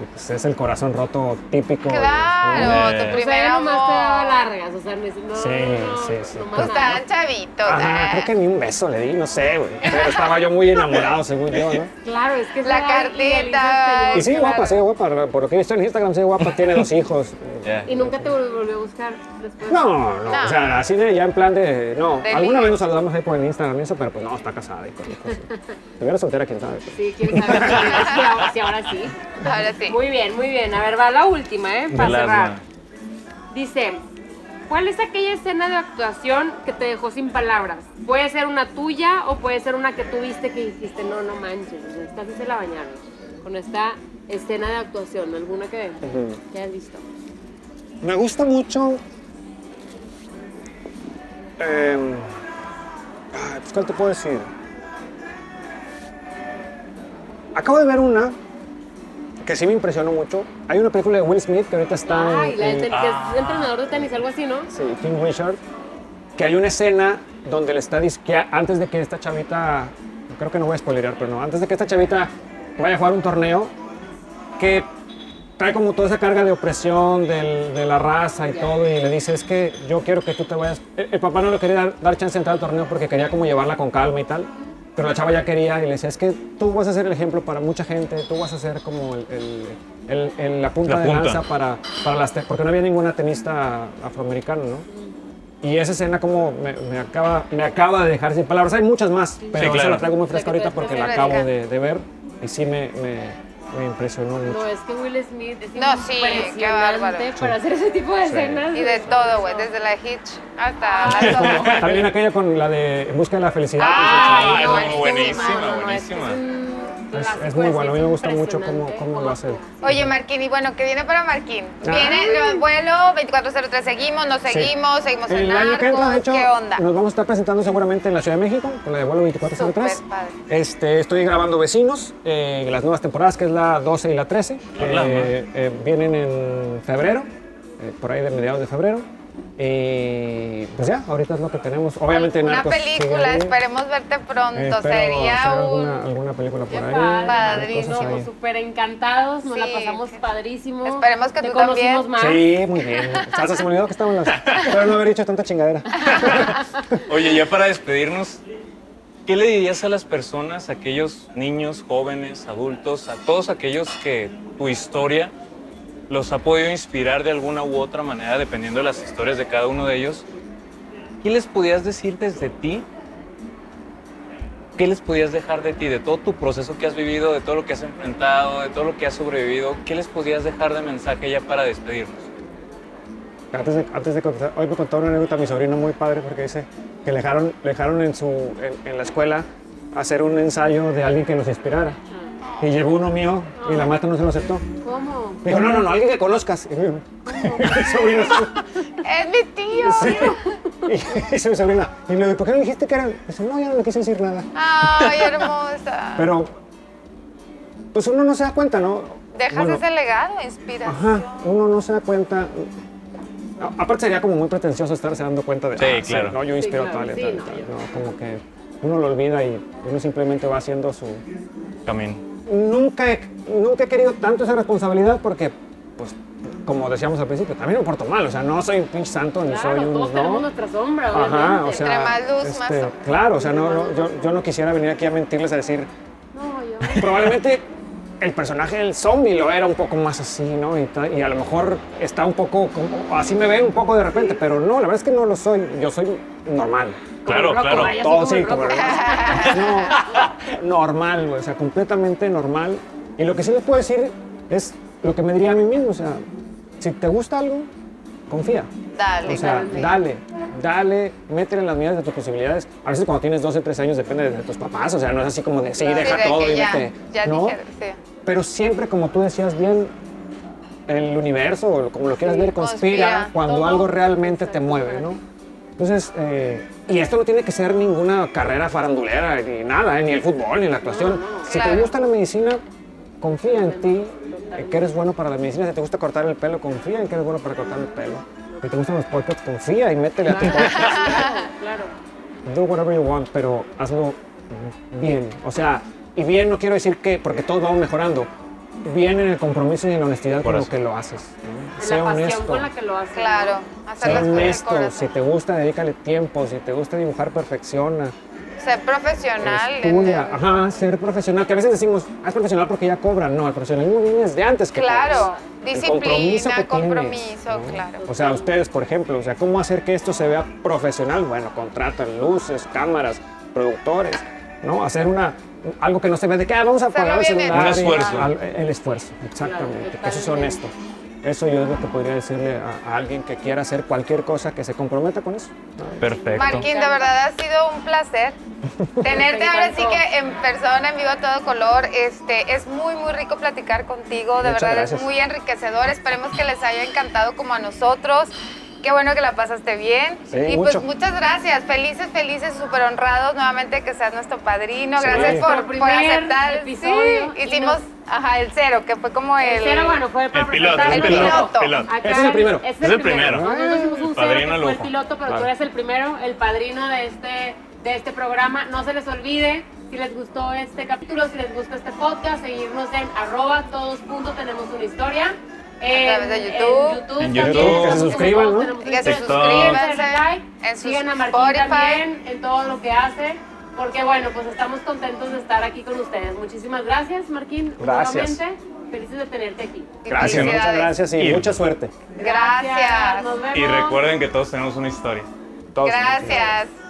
D: y pues es el corazón roto típico.
B: Claro, tu
F: O sea,
B: primer
F: yo Pues nomás te daba
B: amor.
F: largas, o sea, no, no,
D: Sí,
F: no,
D: sí, sí.
F: nomás
B: Pues
F: nada.
B: estaban chavitos.
D: Ajá,
B: ah.
D: creo que ni un beso le di, no sé, güey. Pero estaba yo muy enamorado, según yo, ¿no?
F: Claro, es que
B: La
F: esa
B: cartita.
F: idealizaste yo,
D: Y sí,
F: claro.
D: guapa, sí, guapa. Por lo que he visto en Instagram, sí, guapa, tiene dos hijos.
E: Ya.
F: Y nunca te vol- volvió a buscar después.
D: No, no,
B: No.
D: o sea, así de ya en plan de. No,
B: De ligue.
D: alguna vez nos saludamos ahí por el Instagram y eso, pero pues no, está casada y cosas así. Si hubiera soltera, quién sabe.
F: Sí, quién sabe si si ahora, si ahora sí.
B: Ahora sí.
F: Muy bien, muy bien. A ver, va la última, ¿eh? Para
E: El asma.
F: cerrar. Dice, ¿cuál es aquella escena de actuación que te dejó sin palabras? Puede ser una tuya o puede ser una que tú viste que dijiste, no, no manches, o sea, esta sí se la bañaron. Con esta escena de actuación, alguna que, que hayas visto.
D: Me gusta mucho. em, ay, pues, ¿Cuál te puedo decir? Acabo de ver una que sí me impresionó mucho. Hay una película de Will Smith que ahorita está en-
F: Ay, la del
D: en,
F: ten- que es entrenador de tenis, algo así, ¿no?
D: Sí, King Richard, que hay una escena donde le está dis- que a- antes de que esta chavita, creo que no voy a spoilear, pero no, antes de que esta chavita vaya a jugar un torneo, que trae como toda esa carga de opresión del- de la raza y todo, y le dice, es que yo quiero que tú te vayas. El, el papá no le quería dar, dar chance de entrar al torneo porque quería como llevarla con calma y tal. Pero la chava ya quería y le decía, es que tú vas a ser el ejemplo para mucha gente, tú vas a ser como el- el- el- el- la punta
E: La
D: de
E: punta.
D: lanza para, para las... te- Porque no había ninguna tenista afroamericana, ¿no? Y esa escena como me, me acaba, me acaba de dejar sin palabras. Hay muchas más, pero
E: claro.
D: esa la traigo muy fresca
F: La que
D: ahorita
F: traes
D: porque
F: muy
D: la
B: fresca.
D: acabo de, de ver y sí me, me- me impresionó
F: No,
D: mucho.
F: es que Will Smith es
B: No, sí, qué
F: impresionante
B: bárbaro.
F: para hacer ese tipo de escenas.
B: Y de todo, güey. Desde la Hitch hasta la sombra.
D: También aquella con la de En busca de la felicidad.
B: Ah,
E: Ay, no,
F: es que
E: Ah, buenísima,
F: muy malo, no, es que es
E: buenísima.
F: un
D: Es-
F: clásico,
D: es muy
F: así,
D: bueno, a mí me gusta mucho cómo-
F: impresionante
D: cómo lo hace.
F: actúa.
B: Oye, Marquín, y bueno, ¿qué viene para Marquín?
D: Ah.
B: Viene el vuelo 2403, seguimos, no
D: Sí.
B: seguimos, seguimos en
D: Pues, El año que entra, de
B: Narcos,
D: hecho,
B: ¿qué onda?
D: nos vamos a estar presentando seguramente en la Ciudad de México, con la de vuelo 2403.
B: Súper padre.
D: Este, estoy grabando Vecinos, eh, las nuevas temporadas, que es la 12 y la 13.
E: Hola,
D: Eh, eh, vienen en febrero, eh, por ahí de mediados de febrero. Y pues ya, ahorita es lo que tenemos. Obviamente
B: Una
D: Narcos sigue
B: película,
D: ahí.
B: esperemos verte pronto,
D: Eh, espero
B: sería
D: hacer
B: un...
D: alguna, alguna película por ahí.
B: padre,
D: cosas
F: Padrísimo,
D: ahí.
F: súper encantados, nos
B: Sí,
F: la pasamos
B: que-
F: padrísimo.
B: Esperemos que
F: Te
B: tú
F: conocimos
B: también.
F: más.
D: Sí, muy bien. Salsa, se me olvidó que estaban las... Espero no haber hecho tanta chingadera.
E: Oye, ya para despedirnos, ¿qué le dirías a las personas, a aquellos niños, jóvenes, adultos, a todos aquellos que tu historia los ha podido inspirar de alguna u otra manera, dependiendo de las historias de cada uno de ellos? ¿Qué les podías decir desde ti ¿qué les podías dejar de ti, de todo tu proceso que has vivido, de todo lo que has enfrentado, de todo lo que has sobrevivido? ¿Qué les podías dejar de mensaje ya para despedirnos?
D: Antes de, antes de contestar, hoy me contó una anécdota a mi sobrino muy padre porque dice que le dejaron, le dejaron en, su, en, en la escuela hacer un ensayo de alguien que nos inspirara. Y llegó uno mío y la maestra no se lo aceptó.
F: ¿Cómo?
D: Dijo, no, no, no, alguien que conozcas. Y mi sobrino,
B: Es mi tío.
D: sí. Y dice mi sobrina, y le digo, ¿por qué no dijiste que era? Dice, no, yo no le quise decir nada.
B: Ay, hermosa.
D: Pero, pues uno no se da cuenta, ¿no?
B: Dejas
D: Bueno,
B: ese legado, inspiración.
D: Ajá, uno no se da cuenta. A- aparte sería como muy pretencioso estarse dando cuenta de... "Ah,
E: Sí, claro.
D: no, yo
F: Sí,
D: inspiro
F: claro,
D: tal, y
F: sí,
D: tal, y
F: no,
D: tal.
F: yo-
D: No, como que uno lo olvida y uno simplemente va haciendo su...
E: Camino.
D: Nunca he, nunca he querido tanto esa responsabilidad porque, pues, como decíamos al principio, también me porto mal. O sea, no soy un pinche santo ni Pues soy
F: Claro,
D: un...
F: todos tenemos
D: ¿no?
F: nuestra sombra,
D: Ajá,
F: obviamente.
D: o sea... este,
B: Entre más luz, más sombra.
D: Claro, o sea, no, no, yo, yo no quisiera venir aquí a mentirles a decir...
F: No, yo...
D: Probablemente el personaje del zombie lo era un poco más así, ¿no? Y, ta- y a lo mejor está un poco como... Así me ven un poco de repente, pero no, la verdad es que no lo soy. Yo soy normal.
E: Claro,
F: Rocco,
E: claro.
F: vaya. Yo soy
D: Todo
F: como
D: sí,
F: el
D: como...
F: Rocco.
D: No, normal, güey, o sea, completamente normal. Y lo que sí les puedo decir es lo que me diría a mí mismo, o sea, si te gusta algo, confía.
B: Dale,
D: O sea, dale, dale, métele en las medidas de tus posibilidades. A veces cuando tienes 12, 13 años depende de tus papás, o sea, no es así como de sí,
B: Sí,
D: deja
B: de
D: todo
B: que
D: y
B: ya,
D: vete.
B: ya
D: no,
B: dije, sí.
D: pero siempre, como tú decías bien, el universo, o como lo quieras
F: Sí,
D: ver, conspira,
B: conspira.
D: cuando
F: Todo.
D: algo realmente te mueve, ¿no? Entonces, eh, y esto no tiene que ser ninguna carrera farandulera, ni nada, eh, ni el fútbol, ni la actuación. si
B: Claro.
D: te gusta la medicina, confía en ti, eh, que eres bueno para la medicina. Si te gusta cortar el pelo, confía en que eres bueno para cortar el pelo. Si te gustan los podcasts, confía y métele a tu podcast
F: Claro, claro.
D: do whatever you want, pero hazlo bien. O sea, y bien no quiero decir que, porque todos vamos mejorando. Bien en el compromiso y en la honestidad con lo
E: Corazón.
D: que lo haces. ¿no?
F: La
D: Sé
F: pasión
D: honesto.
F: con la que lo haces.
B: Claro,
D: Sé
B: hacer las cosas con
D: honesto.
B: corazón.
D: Si te gusta, dedícale tiempo. Si te gusta dibujar, perfecciona.
B: Ser profesional. este.
D: Estudia.
B: desde-
D: Ajá, ser profesional. Que a veces decimos, ah, es profesional porque ya cobran. No, el profesionalismo viene desde antes que
B: Claro,
D: cobres. El compromiso
B: disciplina,
D: que tienes,
B: compromiso,
D: ¿no?
B: claro.
D: O sea, ustedes, por ejemplo, o sea, ¿cómo hacer que esto se vea profesional? Bueno, contratan luces, cámaras, productores, ¿no? Hacer una algo que no se ve de que ah, vamos a
B: Hacerlo
D: pagar el
B: bien
D: celular.
E: hecho. Un
D: y-
E: esfuerzo.
D: al- el esfuerzo, exactamente.
F: Claro,
D: que eso es
F: totalmente.
D: honesto. Eso yo es lo que podría decirle a, a alguien que quiera hacer cualquier cosa que se comprometa con eso.
E: Perfecto.
B: Marquín, de verdad ha sido un placer tenerte
F: Me
B: ahora sí
F: encantó.
B: que en persona, en vivo a todo color. Este, es muy, muy rico platicar contigo, de
D: Muchas
B: verdad
D: gracias.
B: es muy enriquecedor. Esperemos que les haya encantado como a nosotros. Qué bueno que la pasaste bien.
D: Sí,
B: y
D: mucho.
B: pues muchas gracias. Felices, felices, súper honrados nuevamente que seas nuestro padrino.
D: Sí.
B: Gracias por, por
F: Nuestro primer
B: aceptar.
F: episodio
B: sí,
F: y
B: hicimos ajá, el cero, que fue como el.
F: El cero, bueno, fue para
C: El piloto,
F: presentar
C: es el
B: el piloto.
C: piloto. piloto.
F: Acá
D: Ese es el primero.
F: ese
C: Es el primero.
F: Nosotros hicimos
C: Padrino
F: un cero que fue el
C: lujo.
F: piloto, pero
D: Claro.
F: tú eres el primero, el padrino de este, de este programa. No se les olvide, si les gustó este capítulo, si les gusta este podcast, seguirnos en arroba todos juntos tenemos una historia. En,
B: través de YouTube.
F: En
E: En
F: YouTube.
E: YouTube.
F: también,
E: Que se
F: Todos
D: suscriban, ¿no?
F: Tenemos una
B: Que se
F: Historia.
B: suscriban,
F: Denle like,
B: en sus
F: sigan a Martín
B: Spotify.
F: también en todo lo que hace. Porque bueno, pues estamos contentos de estar aquí con ustedes. Muchísimas gracias, Martín.
D: Gracias.
F: nuevamente. Felices de tenerte aquí.
D: Gracias, muchas
B: Felicidades.
D: gracias y
E: Y-
D: mucha suerte.
B: Gracias.
F: Nos vemos.
C: Y recuerden que todos tenemos una historia.
D: Todos
B: Gracias.